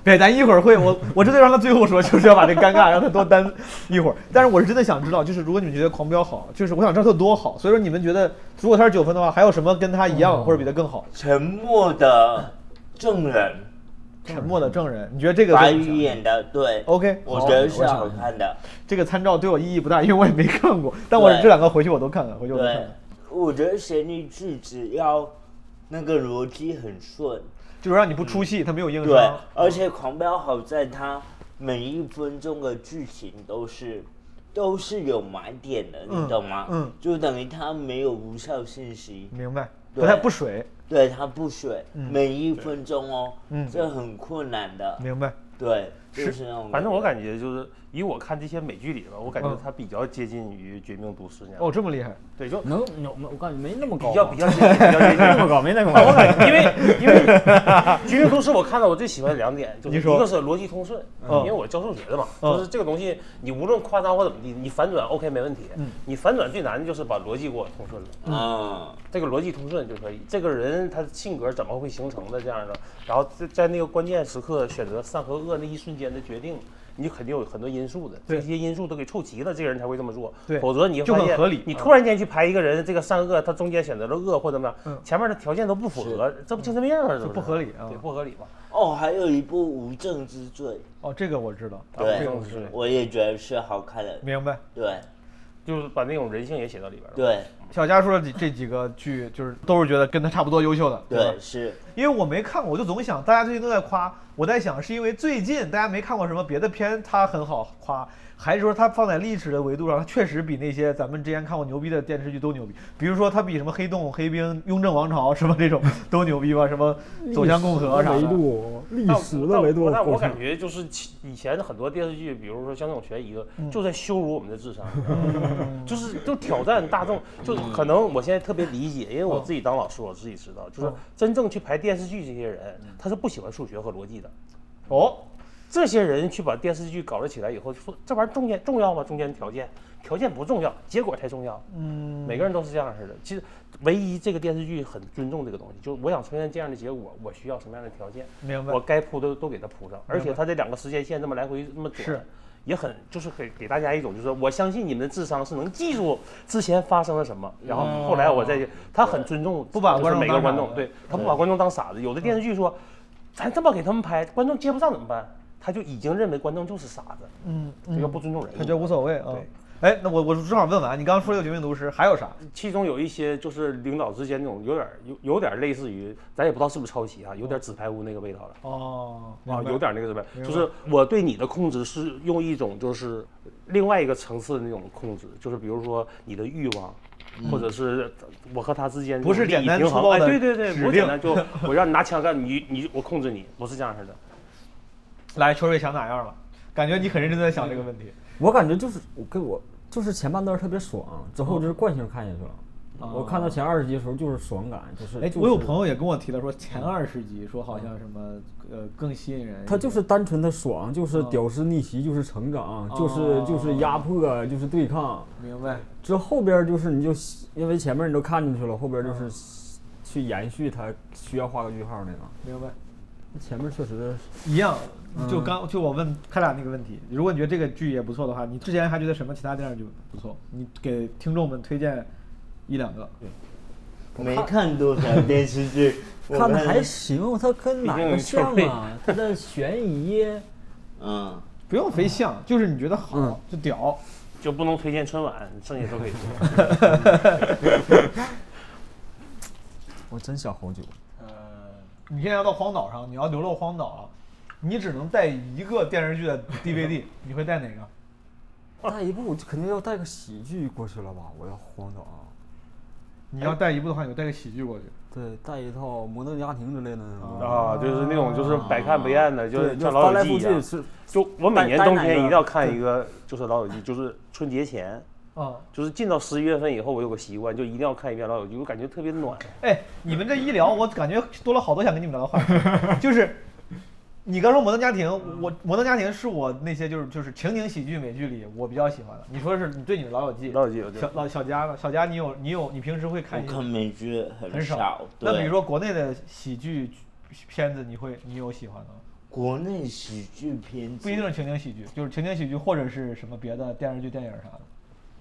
[SPEAKER 1] 对，咱一会儿会，我我真的让他最后说，就是要把这尴尬让他多担一会儿。但是我是真的想知道，就是如果你们觉得《狂飙》好，就是我想知道它有多好。所以说你们觉得，如果它是九分的话，还有什么跟它一样或者比它更好？
[SPEAKER 3] 沉默的证人，
[SPEAKER 1] 沉默的证人，你觉得这个
[SPEAKER 3] 白宇演的，对
[SPEAKER 1] OK，
[SPEAKER 3] 哎我
[SPEAKER 1] 好
[SPEAKER 3] 觉得是啊好看的。
[SPEAKER 1] 这个参照对我意义不大，因为我也没看过。但我
[SPEAKER 3] 对
[SPEAKER 1] 这两个回去我都看看，回去我都看
[SPEAKER 3] 对
[SPEAKER 1] 看。，
[SPEAKER 3] 我觉得悬疑剧只要那个逻辑很顺，
[SPEAKER 1] 就是让你不出戏，它没有硬
[SPEAKER 3] 对
[SPEAKER 1] 伤。，
[SPEAKER 3] 而且狂飙好在它每一分钟的剧情都是都是有买点的，
[SPEAKER 1] 嗯
[SPEAKER 3] 你懂吗？
[SPEAKER 1] 嗯
[SPEAKER 3] 就等于它没有无效信息，
[SPEAKER 1] 明白，
[SPEAKER 3] 对
[SPEAKER 1] 不太不水。
[SPEAKER 3] 对，它不水，
[SPEAKER 1] 嗯
[SPEAKER 3] 每一分钟哦，
[SPEAKER 1] 嗯
[SPEAKER 3] 这很困难的，
[SPEAKER 1] 明白。
[SPEAKER 3] 对，就是那种。
[SPEAKER 4] 反正我感觉就是以我看这些美剧里边，我感觉
[SPEAKER 1] 嗯
[SPEAKER 4] 它比较接近于《绝命毒师》那样。
[SPEAKER 1] 哦，这么厉害，
[SPEAKER 4] 对，就
[SPEAKER 5] 能，能我感觉没那么高
[SPEAKER 4] 比
[SPEAKER 5] 吧，
[SPEAKER 4] 较比较接近，比较接
[SPEAKER 5] 没那
[SPEAKER 4] 近。
[SPEAKER 5] 么高， 没那么
[SPEAKER 4] 但我
[SPEAKER 5] 高。
[SPEAKER 4] 感觉，因为 因为《绝命毒师》，我看到我最喜欢的两点，就是
[SPEAKER 1] 你
[SPEAKER 4] 一
[SPEAKER 1] 说
[SPEAKER 4] 个是逻辑通顺，
[SPEAKER 1] 嗯
[SPEAKER 4] 因为我教数学的嘛，
[SPEAKER 1] 嗯
[SPEAKER 4] 就是这个东西，你无论夸张或怎么地，你反转 OK 没问题。
[SPEAKER 1] 嗯
[SPEAKER 4] 你反转最难的就是把逻辑给我通顺了，
[SPEAKER 3] 啊，
[SPEAKER 4] 这个逻辑通顺就可以。这个人他的性格怎么会形成的这样的，然后在在那个关键时刻选择善和恶那一瞬间的决定。你肯定有很多因素的，
[SPEAKER 1] 对
[SPEAKER 4] 这些因素都给凑齐了，这个人才会这么做。
[SPEAKER 1] 对
[SPEAKER 4] 否则你
[SPEAKER 1] 就很
[SPEAKER 4] 发现
[SPEAKER 1] 合理
[SPEAKER 4] 你
[SPEAKER 1] 嗯
[SPEAKER 4] 突然间去排一个人，这个善恶，他中间选择了恶或怎么样，
[SPEAKER 1] 嗯
[SPEAKER 4] 前面的条件都不符合，这不精神病吗？这
[SPEAKER 1] 就
[SPEAKER 4] 不是
[SPEAKER 1] 不合理啊
[SPEAKER 4] 对，不合理嘛。
[SPEAKER 3] 哦，还有一部《无证之罪
[SPEAKER 1] 哦，这个我知道，
[SPEAKER 4] 啊
[SPEAKER 3] 对
[SPEAKER 1] 这个我知道，
[SPEAKER 3] 我也觉得是好看的，
[SPEAKER 1] 明白。
[SPEAKER 3] 对
[SPEAKER 4] 就是把那种人性也写到里边了。
[SPEAKER 3] 对
[SPEAKER 1] 小佳说的几这几个剧，就是都是觉得跟他差不多优秀的，吧
[SPEAKER 3] 对是，
[SPEAKER 1] 因为我没看过，我就总想大家最近都在夸，我在想是因为最近大家没看过什么别的片，它很好夸，还是说它放在历史的维度上，它确实比那些咱们之前看过牛逼的电视剧都牛逼？比如说它比什么《黑洞》《黑冰》《雍正王朝》什么这种都牛逼吧？什么《走向共和》啥
[SPEAKER 5] 维
[SPEAKER 1] 的？
[SPEAKER 5] 度，历
[SPEAKER 4] 但
[SPEAKER 5] 史的维度
[SPEAKER 4] 但我
[SPEAKER 5] 够
[SPEAKER 4] 感
[SPEAKER 5] 呛。
[SPEAKER 4] 觉就是其以前的很多电视剧，比如说像那种悬疑的，就在羞辱我们的智商， 就是就挑战大众。就是可能我现在特别理解，因为我自己当老师，我自己知道，就是真正去排电视剧这些人，他是不喜欢数学和逻辑的。
[SPEAKER 1] 哦，
[SPEAKER 4] 这些人去把电视剧搞了起来以后，就说这玩意儿重要重要吗？中间条件条件不重要，结果才重要。嗯，每个人都是这样式的。其实唯一这个电视剧很尊重这个东西，就是我想出现这样的结果，我需要什么样的条件，
[SPEAKER 1] 明白
[SPEAKER 4] 我该铺的都给它铺上，而且它这两个时间线这么来回这么转，
[SPEAKER 1] 是
[SPEAKER 4] 也很就是给给大家一种就是说我相信你们的智商是能记住之前发生了什么，然后后来我再去，他很尊重，
[SPEAKER 1] 哦不把
[SPEAKER 4] 就是
[SPEAKER 1] 观众
[SPEAKER 4] 每个
[SPEAKER 1] 当
[SPEAKER 4] 观
[SPEAKER 1] 傻
[SPEAKER 4] 众
[SPEAKER 1] 子
[SPEAKER 4] 对他不把观众当傻子，有的电视剧说。咱这么给他们拍，观众接不上怎么办？他就已经认为观众就是傻子，
[SPEAKER 1] 嗯，
[SPEAKER 4] 这个不尊重人。
[SPEAKER 1] 他觉得无所谓啊
[SPEAKER 4] 对。
[SPEAKER 1] 哎，那我我正好问完，你刚刚说这个《绝命毒师》还有啥？
[SPEAKER 4] 其中有一些就是领导之间那种有点儿有有点儿类似于，咱也不知道是不是抄袭啊，有点儿纸牌屋那个味道了。
[SPEAKER 1] 哦，
[SPEAKER 4] 啊，有点儿那个什么，
[SPEAKER 1] 明白
[SPEAKER 4] 就是我对你的控制是用一种就是另外一个层次的那种控制，就是比如说你的欲望，或者是我和他之间
[SPEAKER 1] 嗯不是
[SPEAKER 4] 利益
[SPEAKER 1] 简单
[SPEAKER 4] 平
[SPEAKER 1] 粗
[SPEAKER 4] 衡
[SPEAKER 1] 暴
[SPEAKER 4] 哎
[SPEAKER 1] 的
[SPEAKER 4] 对对对，
[SPEAKER 1] 指
[SPEAKER 4] 不是
[SPEAKER 1] 令
[SPEAKER 4] 简单就我让你拿枪干你你我控制你，不是这样式的。
[SPEAKER 1] 来，秋水想哪样了？感觉你很认真地在想这个问题。
[SPEAKER 5] 我感觉就是我跟我就是前半段特别爽，之后就是惯性看下去了。嗯我看到前二十集的时候就是爽感，就是
[SPEAKER 1] 哦哎，
[SPEAKER 5] 就是嗯
[SPEAKER 1] 我有朋友也跟我提了，说前二十集说好像什么呃更吸引人一点，
[SPEAKER 5] 他就是单纯的爽，就是屌丝逆袭，就是成长，就是就是压迫，就是对抗。
[SPEAKER 1] 明白，
[SPEAKER 5] 之后边儿就是你就因为前面你都看进去了，后边儿就是去延续它需要画个句号那个。
[SPEAKER 1] 明白，
[SPEAKER 5] 前面确实
[SPEAKER 1] 一样。
[SPEAKER 5] 嗯
[SPEAKER 1] 就刚就我问他俩那个问题，如果你觉得这个剧也不错的话，你之前还觉得什么其他电视剧不错？你给听众们推荐一两个。
[SPEAKER 3] 没看多少电视剧，我
[SPEAKER 5] 看的还行，它跟哪个
[SPEAKER 4] 毕竟
[SPEAKER 5] 像
[SPEAKER 4] 就是
[SPEAKER 5] 啊？它的悬疑，
[SPEAKER 3] 嗯，
[SPEAKER 1] 不用非像，就是你觉得好、
[SPEAKER 5] 嗯
[SPEAKER 1] 就屌。
[SPEAKER 4] 就不能推荐春晚，剩下都可以说。
[SPEAKER 5] 我真想好久。
[SPEAKER 1] 你现在要到荒岛上，你要流落荒岛，你只能带一个电视剧的 DVD，你会带哪个？
[SPEAKER 5] 带一部我就肯定要带个喜剧过去了吧？我要荒岛啊。
[SPEAKER 1] 你要带一部的话，你就带个喜剧过去。
[SPEAKER 5] 对，带一套《摩登家庭》之类的那种。
[SPEAKER 4] 啊，就是那种就是百看不厌的，就是
[SPEAKER 5] 对，就
[SPEAKER 4] 像
[SPEAKER 5] 翻
[SPEAKER 4] 老
[SPEAKER 5] 来
[SPEAKER 4] 友记
[SPEAKER 5] 覆
[SPEAKER 4] 一
[SPEAKER 5] 去
[SPEAKER 4] 样。
[SPEAKER 5] 是
[SPEAKER 4] 就我每年
[SPEAKER 5] 呆呆
[SPEAKER 4] 冬
[SPEAKER 5] 男
[SPEAKER 4] 天一
[SPEAKER 5] 的
[SPEAKER 4] 定要看一个，就是老友记，就是春节前。
[SPEAKER 1] 啊、
[SPEAKER 4] 就是进到十一月份以后，我有个习惯，就一定要看一遍《老友记》，我感觉特别暖。
[SPEAKER 1] 哎，你们这一聊，我感觉多了好多想跟你们聊的话题，就是你刚说《摩登家庭》，我《摩登家庭》是我那些就是就是情景喜剧美剧里我比较喜欢的。你说是你对你的《老友记》，
[SPEAKER 4] 老友记我就
[SPEAKER 1] 小老小佳呢？小佳，你有你有你平时会看
[SPEAKER 3] 我
[SPEAKER 1] 一些
[SPEAKER 3] 看美剧
[SPEAKER 1] 很
[SPEAKER 3] 很
[SPEAKER 1] 少
[SPEAKER 3] 少。。
[SPEAKER 1] 那比
[SPEAKER 3] 对
[SPEAKER 1] 如说国内的喜剧片子，你会你有喜欢的吗？
[SPEAKER 3] 国内喜剧片子，
[SPEAKER 1] 不一定是情景喜剧，就是情景喜剧或者是什么别的电视剧、电影啥的。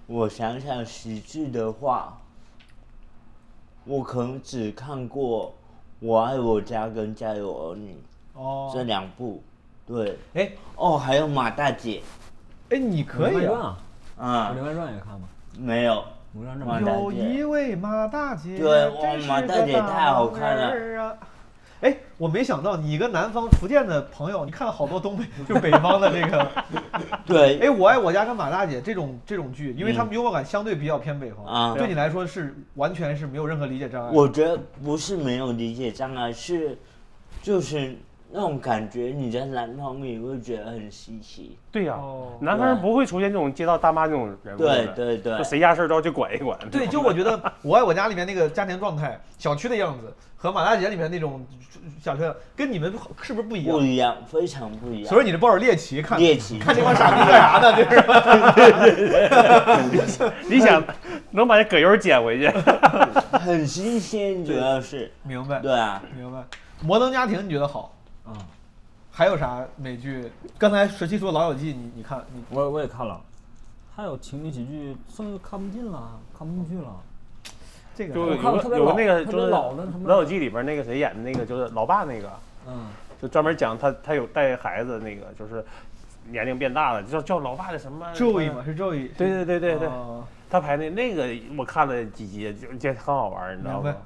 [SPEAKER 3] 我想想，喜剧的话，我可能只看过《我爱我家》跟《家有儿女》这
[SPEAKER 1] 哦，
[SPEAKER 3] 两部，对。
[SPEAKER 1] 哎
[SPEAKER 3] 哦，还有马大姐，
[SPEAKER 1] 哎，你
[SPEAKER 5] 《
[SPEAKER 1] 可
[SPEAKER 5] 武林外
[SPEAKER 1] 以
[SPEAKER 5] 传》
[SPEAKER 1] 啊。
[SPEAKER 3] 啊，
[SPEAKER 5] 啊，《武林外传》也看吧，
[SPEAKER 3] 没有，
[SPEAKER 5] 《武林外传》
[SPEAKER 3] 马大
[SPEAKER 1] 有
[SPEAKER 3] 姐
[SPEAKER 1] 一位马大姐，
[SPEAKER 3] 对哇
[SPEAKER 1] 真是
[SPEAKER 3] 马
[SPEAKER 1] 个
[SPEAKER 3] 大姐太好看了
[SPEAKER 1] 美人儿啊！哎，我没想到你一个南方福建的朋友，你看了好多东北 就北方的这个，
[SPEAKER 3] 对，嗯
[SPEAKER 1] 哎，我爱我家跟马大姐这种这种剧，因为他们幽默感相对比较偏北方，
[SPEAKER 3] 啊
[SPEAKER 1] 对你来说是完全是没有任何理解障碍。
[SPEAKER 3] 我觉得不是没有理解障碍，是就是那种感觉，你在南方你会觉得很稀奇。
[SPEAKER 4] 对呀、
[SPEAKER 1] 哦
[SPEAKER 4] 南方人不会出现这种街道大妈这种人物
[SPEAKER 3] 对
[SPEAKER 4] 的，
[SPEAKER 3] 对对
[SPEAKER 4] 就谁家事儿都要去管一管。
[SPEAKER 1] 对，就我觉得《我爱我家》里面那个家庭状态、小区的样子，和马大姐里面那种小区跟你们是不是不一样
[SPEAKER 3] 不？一样，非常不一样。
[SPEAKER 1] 所以你这抱着猎奇看，
[SPEAKER 3] 猎奇
[SPEAKER 1] 看这帮傻逼干啥呢？这 是。
[SPEAKER 4] 你想能把这葛优捡回去？
[SPEAKER 3] 很新鲜，主要是
[SPEAKER 1] 明白，
[SPEAKER 3] 对啊，
[SPEAKER 1] 明白。《摩登家庭》你觉得好？
[SPEAKER 5] 嗯，
[SPEAKER 1] 还有啥美剧？刚才十七说《老友记》，你你看你
[SPEAKER 5] 我我也看了，还有情景喜剧，剩下看不进了，看不进去了。
[SPEAKER 1] 这个
[SPEAKER 4] 就
[SPEAKER 1] 还
[SPEAKER 4] 有
[SPEAKER 1] 好
[SPEAKER 5] 看过特
[SPEAKER 4] 个
[SPEAKER 5] 别
[SPEAKER 4] 有个
[SPEAKER 5] 老
[SPEAKER 4] 那个
[SPEAKER 5] 特
[SPEAKER 4] 就
[SPEAKER 5] 别
[SPEAKER 4] 是
[SPEAKER 5] 老的他
[SPEAKER 4] 《
[SPEAKER 5] 妈
[SPEAKER 4] 老友记》里边那个谁演的那个就是老爸那个，
[SPEAKER 5] 嗯，
[SPEAKER 4] 就专门讲他他有带孩子那个，就是年龄变大了，叫叫老爸的什么
[SPEAKER 1] 周易嘛，是周易。
[SPEAKER 4] 对对对对对
[SPEAKER 1] 哦
[SPEAKER 4] 他拍那那个我看了几集，就就很好玩儿，你知道
[SPEAKER 1] 明白
[SPEAKER 4] 吗？。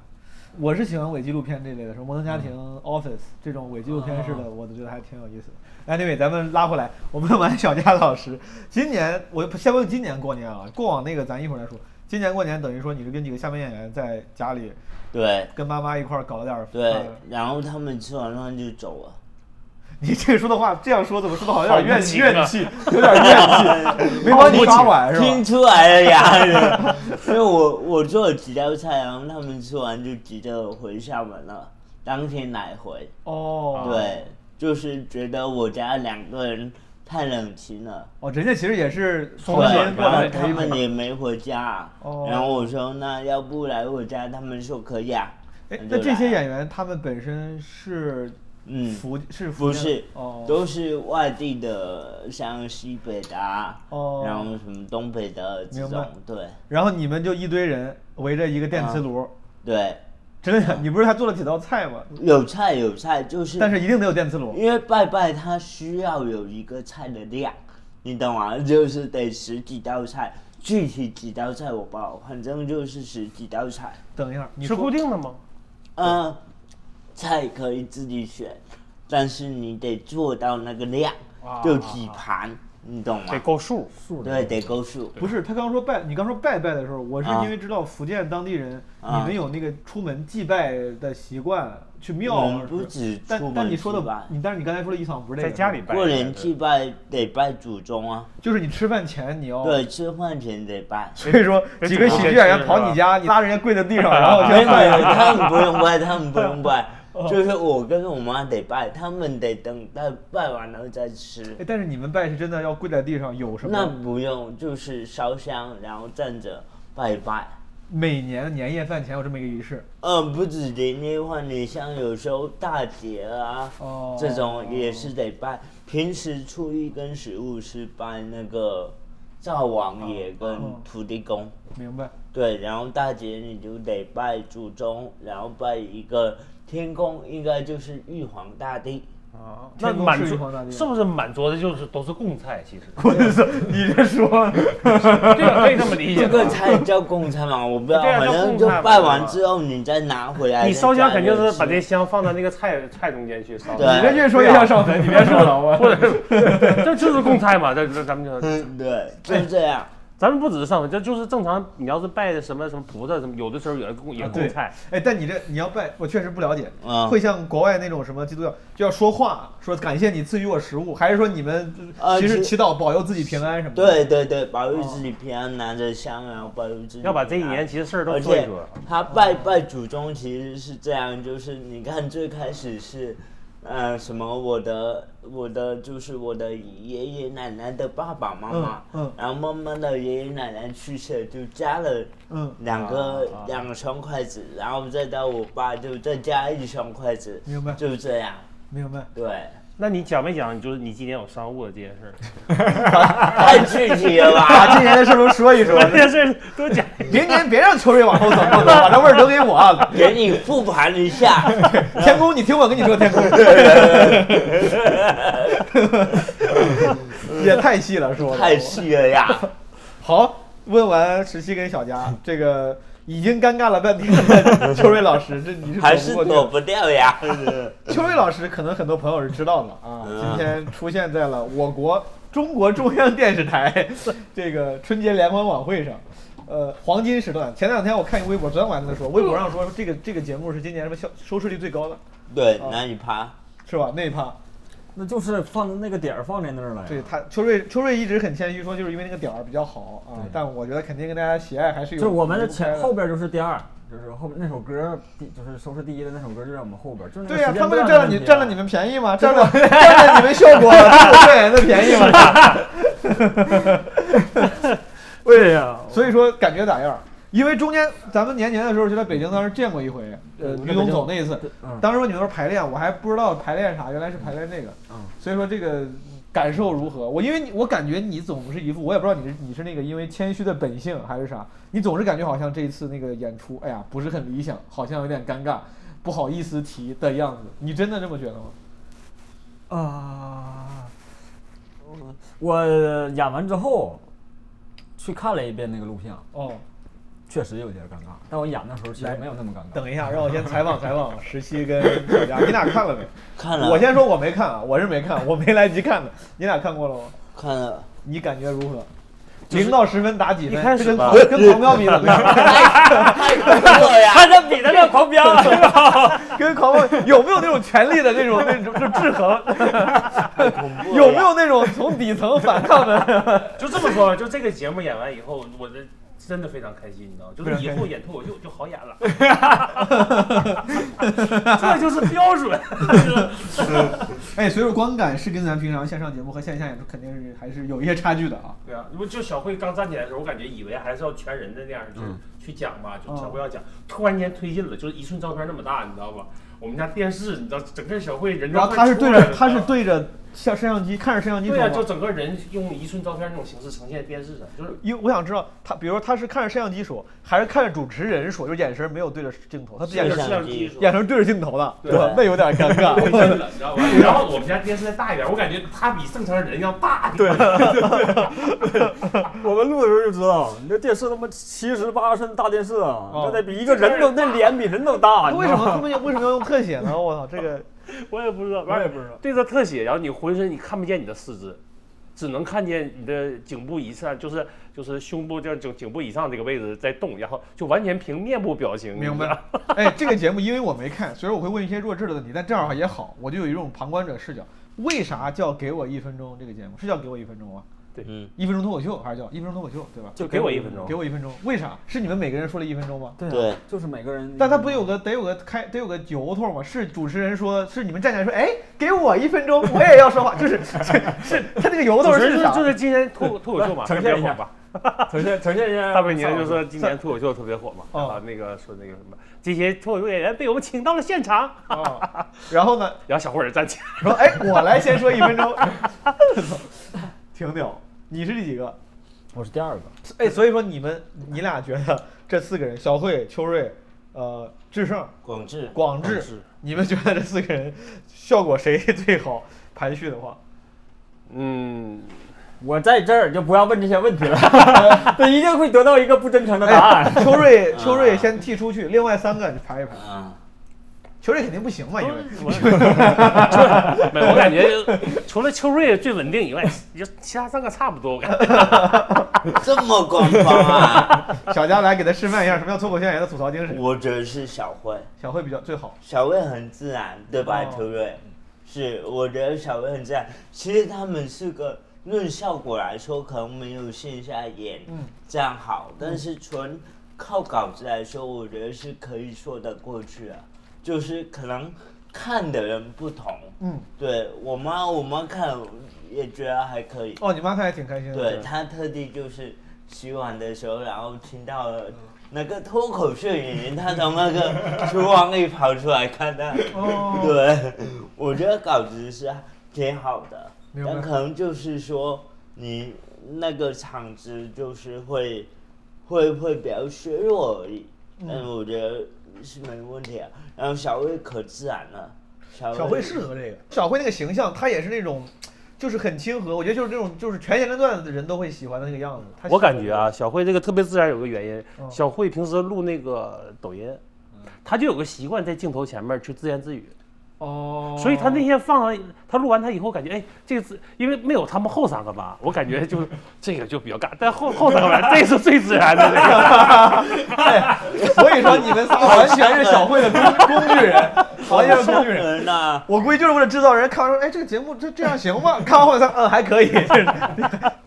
[SPEAKER 1] 我是喜欢伪纪录片这类的，什么《摩登家庭》Office》这
[SPEAKER 4] 嗯
[SPEAKER 1] 种伪纪录片式
[SPEAKER 4] 啊
[SPEAKER 1] 的，我都觉得还挺有意思的。Anyway，咱们拉回来，我们问 完小佳老师，今年我先问今年过年啊，过往那个咱一会儿再说。今年过年等于说你是跟几个下面演员在家里
[SPEAKER 3] 对
[SPEAKER 1] 跟妈妈一块儿搞了点儿
[SPEAKER 3] 对
[SPEAKER 1] 饭，
[SPEAKER 3] 然后他们吃完饭就走了。
[SPEAKER 1] 你这个说的话，这样说怎么说的好像有点
[SPEAKER 4] 好
[SPEAKER 1] 怨
[SPEAKER 4] 无
[SPEAKER 1] 气，
[SPEAKER 4] 情啊
[SPEAKER 1] 怨气，有点怨气，没帮你刷碗是
[SPEAKER 3] 听
[SPEAKER 1] 吧？
[SPEAKER 3] 出来了呀， 因为我我做了几道菜，然后他们吃完就急着回厦门了，当天来回。
[SPEAKER 4] 啊
[SPEAKER 1] 哦，
[SPEAKER 3] 对，就是觉得我家两个人太冷清了，
[SPEAKER 1] 哦，人家其实也是
[SPEAKER 4] 送
[SPEAKER 1] 好
[SPEAKER 4] 了
[SPEAKER 1] 心
[SPEAKER 4] 点
[SPEAKER 1] 过
[SPEAKER 3] 然
[SPEAKER 1] 来
[SPEAKER 3] 后
[SPEAKER 4] 饭
[SPEAKER 1] 陪
[SPEAKER 3] 他
[SPEAKER 1] 一
[SPEAKER 3] 们
[SPEAKER 1] 陪。
[SPEAKER 3] 也没回家，
[SPEAKER 1] 哦
[SPEAKER 3] 然后我说那要不来我家，他们说可以啊。
[SPEAKER 1] 哎，
[SPEAKER 3] 就
[SPEAKER 1] 那这些
[SPEAKER 3] 来了
[SPEAKER 1] 演员他们本身是
[SPEAKER 3] 嗯
[SPEAKER 1] 福是福
[SPEAKER 3] 不
[SPEAKER 1] 建
[SPEAKER 3] 是，
[SPEAKER 1] 哦
[SPEAKER 3] 都是外地的，像西北的、啊，
[SPEAKER 1] 哦
[SPEAKER 3] 然后什么东北的这
[SPEAKER 1] 明白
[SPEAKER 3] 种，对
[SPEAKER 1] 然后你们就一堆人围着一个电
[SPEAKER 3] 啊
[SPEAKER 1] 磁炉，
[SPEAKER 3] 对，
[SPEAKER 1] 真的，你不是还做了几道菜吗？
[SPEAKER 3] 有菜有菜，啊就是
[SPEAKER 1] 但是一定得有电磁炉。
[SPEAKER 3] 因为拜拜它需要有一个菜的量，你懂吗？就是得十几道菜，具体几道菜我不好，反正就是十几道菜，
[SPEAKER 1] 等一下，你
[SPEAKER 4] 是
[SPEAKER 1] 说
[SPEAKER 4] 固定的吗？
[SPEAKER 3] 嗯、菜可以自己选，但是你得做到那个量，就几盘，你懂吗
[SPEAKER 4] 得？够数，
[SPEAKER 5] 数
[SPEAKER 3] 对，得够数。
[SPEAKER 1] 不是他刚说拜，你刚说拜拜的时候，我是
[SPEAKER 3] 啊
[SPEAKER 1] 因为知道福建当地人，
[SPEAKER 3] 啊
[SPEAKER 1] 你们有那个出门祭拜的习惯，去庙
[SPEAKER 3] 我
[SPEAKER 1] 啊
[SPEAKER 3] 们嗯不
[SPEAKER 1] 是
[SPEAKER 3] 止出
[SPEAKER 1] 但但
[SPEAKER 3] 门
[SPEAKER 1] 你说
[SPEAKER 3] 祭
[SPEAKER 1] 的
[SPEAKER 3] 拜，
[SPEAKER 1] 你但是你刚才说的一场不是这
[SPEAKER 4] 在
[SPEAKER 1] 个，
[SPEAKER 4] 家里拜。
[SPEAKER 3] 过年祭拜得拜祖宗啊，
[SPEAKER 1] 就是你吃饭前你要。
[SPEAKER 4] 哦
[SPEAKER 3] 对，吃饭前得拜。
[SPEAKER 1] 所以说
[SPEAKER 4] 得
[SPEAKER 1] 几个喜剧演员跑你家，你拉人家跪在地 上，然后
[SPEAKER 4] 哦
[SPEAKER 3] 没
[SPEAKER 1] 先
[SPEAKER 3] 有，
[SPEAKER 1] 拜
[SPEAKER 3] 没有
[SPEAKER 1] 啊。
[SPEAKER 3] 他们不用拜，他们不用拜，就是我跟我妈得拜，他们得等待拜完了再吃
[SPEAKER 1] 哎。但是你们拜是真的要跪在地上，有什
[SPEAKER 3] 那
[SPEAKER 1] 么？
[SPEAKER 3] 不用，就是烧香，然后站着拜一拜。
[SPEAKER 1] 每年年夜饭前有这么一个仪式。
[SPEAKER 3] 呃，不止年夜饭，你像有时候大节啊，
[SPEAKER 1] 哦
[SPEAKER 3] 这种也是得拜。平时初一跟十五是拜那个灶王爷
[SPEAKER 4] 哦
[SPEAKER 3] 跟土地公。
[SPEAKER 1] 明白。
[SPEAKER 3] 对，然后大姐你就得拜祖宗，然后拜一个天宫，应该就是玉皇大帝。
[SPEAKER 4] 啊，那
[SPEAKER 1] 天宫
[SPEAKER 4] 满
[SPEAKER 1] 是玉皇大帝
[SPEAKER 4] 桌
[SPEAKER 1] 吗
[SPEAKER 4] 是不是满桌子就是都是贡菜？其实
[SPEAKER 1] 棍子，你这 说，
[SPEAKER 4] 对啊吧？可以这么理解
[SPEAKER 3] 这
[SPEAKER 4] 吧。
[SPEAKER 3] 个菜叫贡菜嘛，我不知道，
[SPEAKER 4] 对啊
[SPEAKER 3] 反
[SPEAKER 4] 叫
[SPEAKER 3] 正
[SPEAKER 4] 贡
[SPEAKER 3] 就
[SPEAKER 4] 菜嘛
[SPEAKER 3] 拜完之后你再拿回来。
[SPEAKER 4] 你烧香肯定是把
[SPEAKER 3] 再
[SPEAKER 4] 这香放到那个菜菜中间去烧，
[SPEAKER 3] 对
[SPEAKER 1] 你这越说越像上坟，你别说了，我
[SPEAKER 4] 或者是这就是贡菜嘛？这这咱们就
[SPEAKER 3] 加热吃。嗯， 对，就这样。
[SPEAKER 4] 咱们不只是上坟，这就是正常。你要是拜什么什么菩萨什么，有的时候也供也
[SPEAKER 1] 啊
[SPEAKER 4] 供菜，。
[SPEAKER 1] 对哎，但你这你要拜，我确实不了解，
[SPEAKER 3] 啊
[SPEAKER 1] 会像国外那种什么基督教就要说话，说感谢你赐予我食物，还是说你们
[SPEAKER 3] 啊
[SPEAKER 1] 其实
[SPEAKER 3] 其
[SPEAKER 1] 祈祷保佑自己平安什么的？
[SPEAKER 3] 对对对，保佑自己平安，拿着香，然后保佑自己。
[SPEAKER 4] 要把这一年其实事儿都
[SPEAKER 3] 而
[SPEAKER 4] 做一
[SPEAKER 3] 且
[SPEAKER 4] 做。
[SPEAKER 3] 他拜拜祖宗其实是这样，就是你看最开始是，呃，什么我的我的就是我的爷爷奶奶的爸爸妈妈，
[SPEAKER 1] 嗯嗯
[SPEAKER 3] 然后慢慢的爷爷奶奶去世了，就加了
[SPEAKER 1] 嗯
[SPEAKER 3] 两个、
[SPEAKER 4] 啊啊
[SPEAKER 3] 两双筷子，然后再到我爸就再加一双筷子，
[SPEAKER 1] 明白
[SPEAKER 3] 就这样，
[SPEAKER 1] 明白。
[SPEAKER 3] 对，
[SPEAKER 4] 那你讲没讲？就是你今年有商务的这件事儿，
[SPEAKER 3] 太具体了
[SPEAKER 1] 把
[SPEAKER 3] 吧？
[SPEAKER 1] 啊今年的事儿都说一 说，
[SPEAKER 4] 这件事儿 多讲一
[SPEAKER 1] 明年别让秋瑞往后走路了，把这味儿留给我 啊。
[SPEAKER 3] 给你复盘一下，
[SPEAKER 1] 天宫，你听我跟你说， 天宫也太细了，说的
[SPEAKER 3] 太细了呀，
[SPEAKER 1] 好。问完十七跟小佳，这个已经尴尬了半天了。秋瑞老师，这你是
[SPEAKER 3] 还
[SPEAKER 1] 躲不
[SPEAKER 3] 是
[SPEAKER 1] 过去
[SPEAKER 3] 躲
[SPEAKER 1] 的。
[SPEAKER 3] 不掉呀。是
[SPEAKER 1] 秋瑞老师可能很多朋友是知道的啊，今天出现在了我国中国中央电视台 这个春节联欢晚会上。呃，黄金时段。前两天我看一个微博，昨天晚上在那说，微博上说这个这个节目是今年什么收收视率最高的，
[SPEAKER 3] 对，难以趴。
[SPEAKER 1] 是吧？那一趴，
[SPEAKER 5] 那就是放那个点儿放在那儿了呀。
[SPEAKER 1] 对他秋瑞秋瑞一直很谦虚说，就是因为那个点儿比较好啊，但我觉得肯定跟大家喜爱还是有。
[SPEAKER 5] 就是我们的
[SPEAKER 1] 有不开
[SPEAKER 5] 前后边就是第二，就是后边那首歌第就是收视第一的那首歌就在我们后边，就是那个
[SPEAKER 1] 对呀、
[SPEAKER 5] 时间
[SPEAKER 1] 他们就
[SPEAKER 5] 段
[SPEAKER 1] 占了
[SPEAKER 5] 的
[SPEAKER 1] 你
[SPEAKER 5] 问题啊
[SPEAKER 1] 占了你们便宜嘛，占了占了你们效 果，占了表演的便宜嘛。
[SPEAKER 5] 对呀，
[SPEAKER 1] 所以说感觉咋样？因为中间咱们年年的时候就在北京当时见过一回，呃，
[SPEAKER 5] 嗯
[SPEAKER 1] 于总走那一次，
[SPEAKER 5] 嗯
[SPEAKER 1] 当时说你们说排练，我还不知道排练啥，原来是排练那个，
[SPEAKER 5] 嗯
[SPEAKER 1] 所以说这个感受如何？我因为你我感觉你总是一副，我也不知道你是你是那个因为谦虚的本性还是啥，你总是感觉好像这一次那个演出，哎呀不是很理想，好像有点尴尬，不好意思提的样子，你真的这么觉得吗？
[SPEAKER 5] 啊，我演完之后去看了一遍那个录像，
[SPEAKER 1] 哦，
[SPEAKER 5] 确实有点尴尬，但我演的时候其实没有那么尴 尬。
[SPEAKER 1] 等一下，让我先采访采访十七跟小佳，你俩看了没？
[SPEAKER 3] 看了
[SPEAKER 1] 我先说我没看啊，我是没看，我没来及看的。你俩看过了吗？
[SPEAKER 3] 看 了，
[SPEAKER 1] 你感觉如何？
[SPEAKER 4] 就是
[SPEAKER 1] 零到十分打几分？
[SPEAKER 4] 一开始
[SPEAKER 1] 这跟
[SPEAKER 4] 吧
[SPEAKER 1] 狂跟狂 飙比怎么样？
[SPEAKER 3] 太不错呀！
[SPEAKER 5] 看着比那个狂飙啊，
[SPEAKER 1] 跟狂飙有没有那种权力的那种那种就制衡？有没有那种从底层反抗的？
[SPEAKER 4] 就这么说吧，就这个节目演完以后，我这真的非常开心，你知道吗？就
[SPEAKER 1] 非
[SPEAKER 4] 是
[SPEAKER 1] 常
[SPEAKER 4] 以
[SPEAKER 1] 开
[SPEAKER 4] 后演脱口秀就好演了， 这就是标准。
[SPEAKER 1] 哎，所以说观感是跟咱平常线上节目和线下演出肯定是还是有一些差距的啊。
[SPEAKER 4] 对啊，因为就小慧刚站起来的时候，我感觉以为还是要全人的那样去、去讲吧，
[SPEAKER 1] 嗯
[SPEAKER 4] 就小慧要讲，突然间推进了，就是一寸照片那么大，你知道吧？我们家电视，你知道，整个小慧人都
[SPEAKER 1] 然后
[SPEAKER 4] 快
[SPEAKER 1] 他是
[SPEAKER 4] 出
[SPEAKER 1] 对
[SPEAKER 4] 来
[SPEAKER 1] 着
[SPEAKER 4] 了
[SPEAKER 1] 他是
[SPEAKER 4] 你知道吗
[SPEAKER 1] 对着像摄像机看着摄像机说
[SPEAKER 4] 对啊，
[SPEAKER 1] 话。
[SPEAKER 4] 就整个人用一寸照片那种形式呈现电视上， 就是
[SPEAKER 1] 因为我想知道他，比如说他是看着摄像机说，还是看着主持人说，就是眼神没有对着镜头，他眼
[SPEAKER 4] 对着
[SPEAKER 1] 神
[SPEAKER 4] 摄像机说。
[SPEAKER 1] 眼神对着镜头的，
[SPEAKER 4] 对
[SPEAKER 1] 吧？那有点尴
[SPEAKER 4] 推
[SPEAKER 1] 尬。
[SPEAKER 4] 进了，你知道吧？然后我们家电视再大一点，我感觉它比正常人要大。对，
[SPEAKER 5] 我们录的时候就知道，你这电视他妈七十八寸大电视啊，
[SPEAKER 1] 哦
[SPEAKER 5] 这得比一个人都那脸比人都
[SPEAKER 1] 他
[SPEAKER 5] 大。你
[SPEAKER 1] 为
[SPEAKER 5] 知
[SPEAKER 1] 什
[SPEAKER 5] 道
[SPEAKER 1] 么
[SPEAKER 5] 吗？
[SPEAKER 1] 他们要为什么要用特写呢？我操，这个
[SPEAKER 4] 我也不知道，
[SPEAKER 1] 我也不知道。
[SPEAKER 4] 对着特写，然后你浑身你看不见你的四肢，只能看见你的颈部以上，就是就是胸部这样颈颈部以上这个位置在动，然后就完全凭面部表情。
[SPEAKER 1] 明
[SPEAKER 4] 你知
[SPEAKER 1] 白
[SPEAKER 4] 道。
[SPEAKER 1] 哎，这个节目因为我没看，所以我会问一些弱智的问题，但这样也好，我就有一种旁观者视角。为啥叫给我一分钟？这个节目是叫给我一分钟吗？
[SPEAKER 3] 嗯，
[SPEAKER 1] 一分钟脱口秀还是叫一分钟脱口秀？对吧？
[SPEAKER 5] 就
[SPEAKER 4] 给我一分钟
[SPEAKER 1] 给我一分钟，为啥？是你们每个人说了一分钟吗？
[SPEAKER 5] 对啊
[SPEAKER 3] 对
[SPEAKER 5] 就是每个人。
[SPEAKER 1] 但他不有个得有个开得有个由头吗？是主持人说，是你们站起来说，哎，给我一分钟，我也要说话，就是是是他那个由头
[SPEAKER 4] 主持
[SPEAKER 1] 是
[SPEAKER 4] 人
[SPEAKER 1] 啥？
[SPEAKER 4] 就是今天脱脱口秀嘛，
[SPEAKER 5] 呈现一
[SPEAKER 4] 特别火
[SPEAKER 5] 下
[SPEAKER 4] 嘛。
[SPEAKER 5] 呈现呈现一下
[SPEAKER 4] 大卫宁就说
[SPEAKER 1] 嗯
[SPEAKER 4] 今年脱口秀特别火嘛，
[SPEAKER 1] 哦
[SPEAKER 4] 啊，那个说那个什么，这些脱口秀演员被我们请到了现场，
[SPEAKER 1] 啊， 然后呢，
[SPEAKER 4] 然后小伙儿站起来，
[SPEAKER 1] 说哎，我来先说一分钟，挺屌。你是第几个？
[SPEAKER 5] 我是第二个，
[SPEAKER 1] 哎，所以说你们你俩觉得这四个人，小慧、秋瑞、呃、志胜、
[SPEAKER 3] 广智，
[SPEAKER 1] 广
[SPEAKER 3] 广
[SPEAKER 1] 志
[SPEAKER 3] 智，
[SPEAKER 1] 你们觉得这四个人效果谁最好？排序的 话，
[SPEAKER 4] 嗯，
[SPEAKER 5] 我在这儿就不要问这些问题了，这一定会得到一个不真
[SPEAKER 1] 哎
[SPEAKER 5] 诚的答案。
[SPEAKER 1] 秋瑞秋瑞
[SPEAKER 3] 啊
[SPEAKER 1] 先剔出去，另外三个你排一排。
[SPEAKER 3] 啊，
[SPEAKER 1] 球队肯定不行嘛，因 为
[SPEAKER 4] 没有，我感觉除了秋瑞最稳定以外，就其他三个差不多，我感觉。
[SPEAKER 3] 这么官方啊！
[SPEAKER 1] 小佳来给他示范一下什么叫脱口秀演员的吐槽精神。
[SPEAKER 3] 我觉得是小慧，
[SPEAKER 1] 小慧比较最好，
[SPEAKER 3] 小慧很自然，对吧？
[SPEAKER 1] 哦
[SPEAKER 3] 秋瑞，是，我觉得小慧很自然。其实他们四个论效果来说，可能没有线下演
[SPEAKER 1] 嗯
[SPEAKER 3] 这样好，但是纯靠稿子来说，我觉得是可以说得过去啊。就是可能看的人不同，
[SPEAKER 1] 嗯，
[SPEAKER 3] 对我妈，我妈看也觉得还可以。
[SPEAKER 1] 哦，你妈看还挺开心的。
[SPEAKER 3] 对，他特地就是洗碗的时候，然后听到了那个脱口秀演员，他从那个厨房里跑出来看他。
[SPEAKER 1] 哦
[SPEAKER 3] 对，我觉得稿子是挺好的，
[SPEAKER 1] 明白
[SPEAKER 3] 但可能就是说你那个场子就是会会会比较削弱而已，但我觉得是没问题啊。然后小魏可自然了，小
[SPEAKER 1] 小慧适合这个，小慧那个形象，她也是那种就是很亲和，我觉得就是那种就是全年龄段的人都会喜欢的那个样子。她
[SPEAKER 4] 我
[SPEAKER 1] 喜欢
[SPEAKER 4] 感觉啊，小慧这个特别自然，有个原因。
[SPEAKER 1] 嗯
[SPEAKER 4] 小慧平时录那个抖音，她就有个习惯在镜头前面去自言自语，
[SPEAKER 1] 哦，
[SPEAKER 4] 所以她那天放上，她录完她以后，感觉哎，这个自，因为没有他们后三个吧，我感觉就是这个就比较尬，但后后三个吧，这是最自然的。这个
[SPEAKER 1] 哎 所以说你们仨完全是小慧的工 工具人，完全是工具人。
[SPEAKER 3] 人呐，
[SPEAKER 1] 我估计就是为了制造人看完说，哎，这个节目这这样行吗？看完后三，嗯，还可 以。就是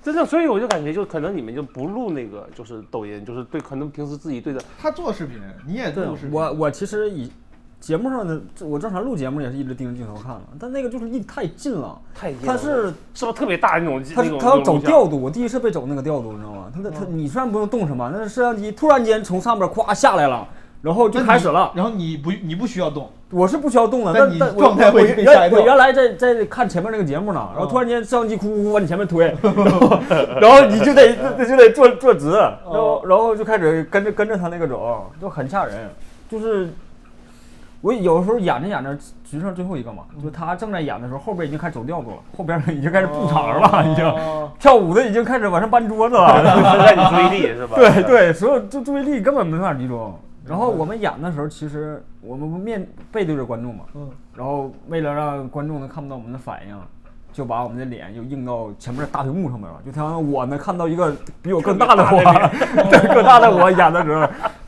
[SPEAKER 4] 真的，所以我就感觉，就可能你们就不录那个，就是抖音，就是对，可能平时自己对着
[SPEAKER 1] 他做视频，你也
[SPEAKER 5] 对啊
[SPEAKER 1] 做视频，
[SPEAKER 5] 我我其实以节目上的，我正常录节目也是一直盯着镜头看了，但那个就是离太近了，
[SPEAKER 4] 太近了
[SPEAKER 5] 他是
[SPEAKER 4] 是不是特别大那种？
[SPEAKER 5] 他
[SPEAKER 4] 那种
[SPEAKER 5] 他要
[SPEAKER 4] 那
[SPEAKER 5] 找
[SPEAKER 4] 种录像
[SPEAKER 5] 调度，我第一次被找那个调度，你知道吗？他的他
[SPEAKER 1] 嗯
[SPEAKER 5] 你虽然不用动什么，但是摄像机突然间从上面咵下来了，然后就
[SPEAKER 1] 那你
[SPEAKER 5] 开始了。
[SPEAKER 1] 然后你不你不需要动，
[SPEAKER 5] 我是不需要动的，
[SPEAKER 1] 那
[SPEAKER 5] 但
[SPEAKER 1] 你
[SPEAKER 5] 但我
[SPEAKER 1] 状态
[SPEAKER 5] 我
[SPEAKER 1] 会
[SPEAKER 5] 我
[SPEAKER 1] 被吓一
[SPEAKER 5] 原
[SPEAKER 1] 跳
[SPEAKER 5] 我原来在在看前面那个节目呢，然后
[SPEAKER 1] 嗯
[SPEAKER 5] 突然间摄像机哭哭哭往你前面推，然后然后你 就得就就得坐 坐直，然后然后就开始跟着跟着他那个走，就很吓人。就是我有时候演着演着，只剩最后一个嘛，就他正在演的时候，后边已经开始走调度了，后边已经开始布场了，已经
[SPEAKER 1] 哦
[SPEAKER 5] 跳舞的已经开始往上搬桌子了。
[SPEAKER 4] 分散你注意力是吧？
[SPEAKER 5] 对对，嗯所有注注意力根本没法集中。然后我们演的时候，其实我们面背对着观众嘛，
[SPEAKER 1] 嗯，
[SPEAKER 5] 然后为了让观众能看不到我们的反应，就把我们的脸就映到前面的大屏幕上面了，就他让我能看到一个比我更大的我， 对更大的我演的时候，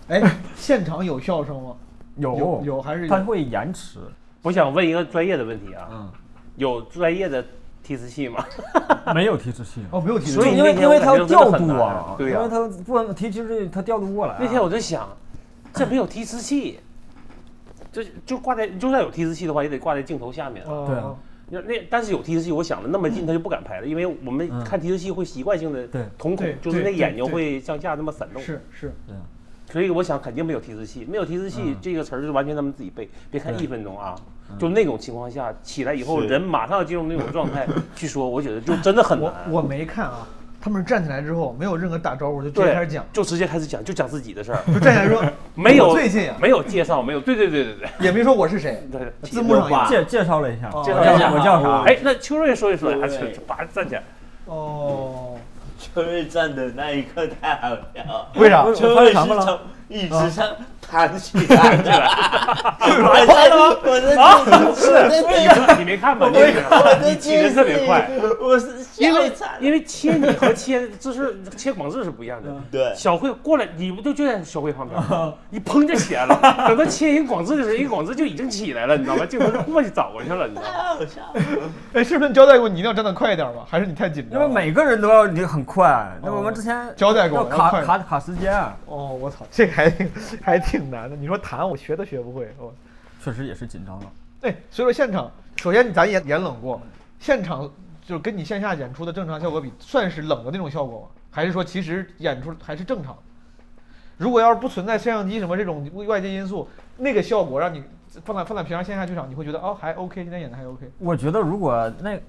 [SPEAKER 1] 哎，现场有笑声吗？有
[SPEAKER 5] 有
[SPEAKER 1] 有还是
[SPEAKER 5] 他
[SPEAKER 1] 有？
[SPEAKER 5] 会延迟，
[SPEAKER 4] 我想问一个专业的问题啊，
[SPEAKER 5] 嗯，
[SPEAKER 4] 有专业的提词器吗？
[SPEAKER 1] 啊
[SPEAKER 5] 没有提示器。
[SPEAKER 1] 哦，没有提示
[SPEAKER 4] 所以
[SPEAKER 5] 因为
[SPEAKER 4] 那天
[SPEAKER 5] 因为他
[SPEAKER 4] 我
[SPEAKER 5] 要
[SPEAKER 4] 感觉真的
[SPEAKER 5] 调
[SPEAKER 4] 很
[SPEAKER 5] 度
[SPEAKER 4] 难
[SPEAKER 5] 啊
[SPEAKER 4] 啊，对呀
[SPEAKER 5] 因为他不能提示器，他调度不过来啊。
[SPEAKER 4] 那天我就想，这没有提示器，就就挂在，就算有提示器的话，也得挂在镜头下面啊。
[SPEAKER 1] 哦
[SPEAKER 5] 对啊
[SPEAKER 4] 那那但是有提示器，我想了那么近，他就不敢拍了，因为我们
[SPEAKER 5] 嗯
[SPEAKER 4] 看提示器会习惯性的
[SPEAKER 5] 对
[SPEAKER 4] 瞳
[SPEAKER 1] 对
[SPEAKER 4] 孔，就是那
[SPEAKER 1] 对
[SPEAKER 4] 眼睛
[SPEAKER 1] 对
[SPEAKER 4] 会向下那么闪动。
[SPEAKER 1] 是是，
[SPEAKER 5] 对啊
[SPEAKER 4] 所以我想肯定没有提示器，没有提示器
[SPEAKER 5] 嗯
[SPEAKER 4] 这个词儿是完全他们自己背，别看
[SPEAKER 5] 对嗯
[SPEAKER 4] 一分钟啊，就那种情况下起来以后，
[SPEAKER 3] 是
[SPEAKER 4] 人马上进入那种状态去说，我觉得就真的很
[SPEAKER 1] 我
[SPEAKER 4] 难。
[SPEAKER 1] 我没看啊，他们是站起来之后没有任何打招呼就直接
[SPEAKER 4] 对
[SPEAKER 1] 开始讲，，
[SPEAKER 4] 就直接开始讲，就讲自己的事儿，
[SPEAKER 1] 就站起来说
[SPEAKER 4] 没有
[SPEAKER 1] 我最近啊，
[SPEAKER 4] 没有介绍，没有，对对对对对
[SPEAKER 1] 也没说我是谁，
[SPEAKER 4] 对对。
[SPEAKER 1] 字幕上
[SPEAKER 3] 话
[SPEAKER 1] 也
[SPEAKER 5] 介介绍了一下，
[SPEAKER 1] 哦
[SPEAKER 4] 介绍一下
[SPEAKER 5] 我叫啥？
[SPEAKER 4] 哎，那秋瑞说一说，
[SPEAKER 3] 对
[SPEAKER 4] 还是叭站起来，
[SPEAKER 1] 哦，
[SPEAKER 3] 就是站的那一刻太好笑了，
[SPEAKER 1] 为啥
[SPEAKER 5] 我？
[SPEAKER 3] 就
[SPEAKER 5] 发
[SPEAKER 3] 是
[SPEAKER 5] 现什么了
[SPEAKER 3] 从椅子上弹起来的，我
[SPEAKER 1] 拍了吗
[SPEAKER 3] 在我在我在
[SPEAKER 4] 你看你没看吧？那
[SPEAKER 3] 我
[SPEAKER 4] 个
[SPEAKER 3] 在
[SPEAKER 4] 你起的特别快，，
[SPEAKER 3] 我是
[SPEAKER 4] 因
[SPEAKER 3] 吓
[SPEAKER 4] 为
[SPEAKER 3] 一惨了。
[SPEAKER 4] 因为切你和切就是切广志是不一样的。
[SPEAKER 3] 对，
[SPEAKER 4] 小慧过来，你不就就在小慧旁边吗？你砰就起来了。等到切人广志的时候，人广志就已经起来了，你知道吗？镜头就过去找过去了，你知道
[SPEAKER 3] 太
[SPEAKER 4] 吗？
[SPEAKER 3] 好笑了。
[SPEAKER 1] 哎，是不是你交代过你一定要站得快一点吗？还是你太紧
[SPEAKER 5] 因
[SPEAKER 1] 张了？
[SPEAKER 5] 为每个人都要你很快，那
[SPEAKER 1] 哦
[SPEAKER 5] 我们之前
[SPEAKER 1] 交代过
[SPEAKER 5] 要
[SPEAKER 1] 要
[SPEAKER 5] 卡
[SPEAKER 1] 快
[SPEAKER 5] 卡卡时间，啊
[SPEAKER 1] 哦，我操，这个还还挺难的。你说弹，我学都学不会。我
[SPEAKER 5] 确实也是紧张了。
[SPEAKER 1] 哎，所以说现场，首先咱也演冷过，现场就是跟你线下演出的正常效果比，算是冷的那种效果吗？还是说其实演出还是正常？如果要是不存在摄像机什么这种外界因素，那个效果让你放在放在平常线下剧场，你会觉得哦还 OK，今天演的还 OK。
[SPEAKER 5] 我觉得如果那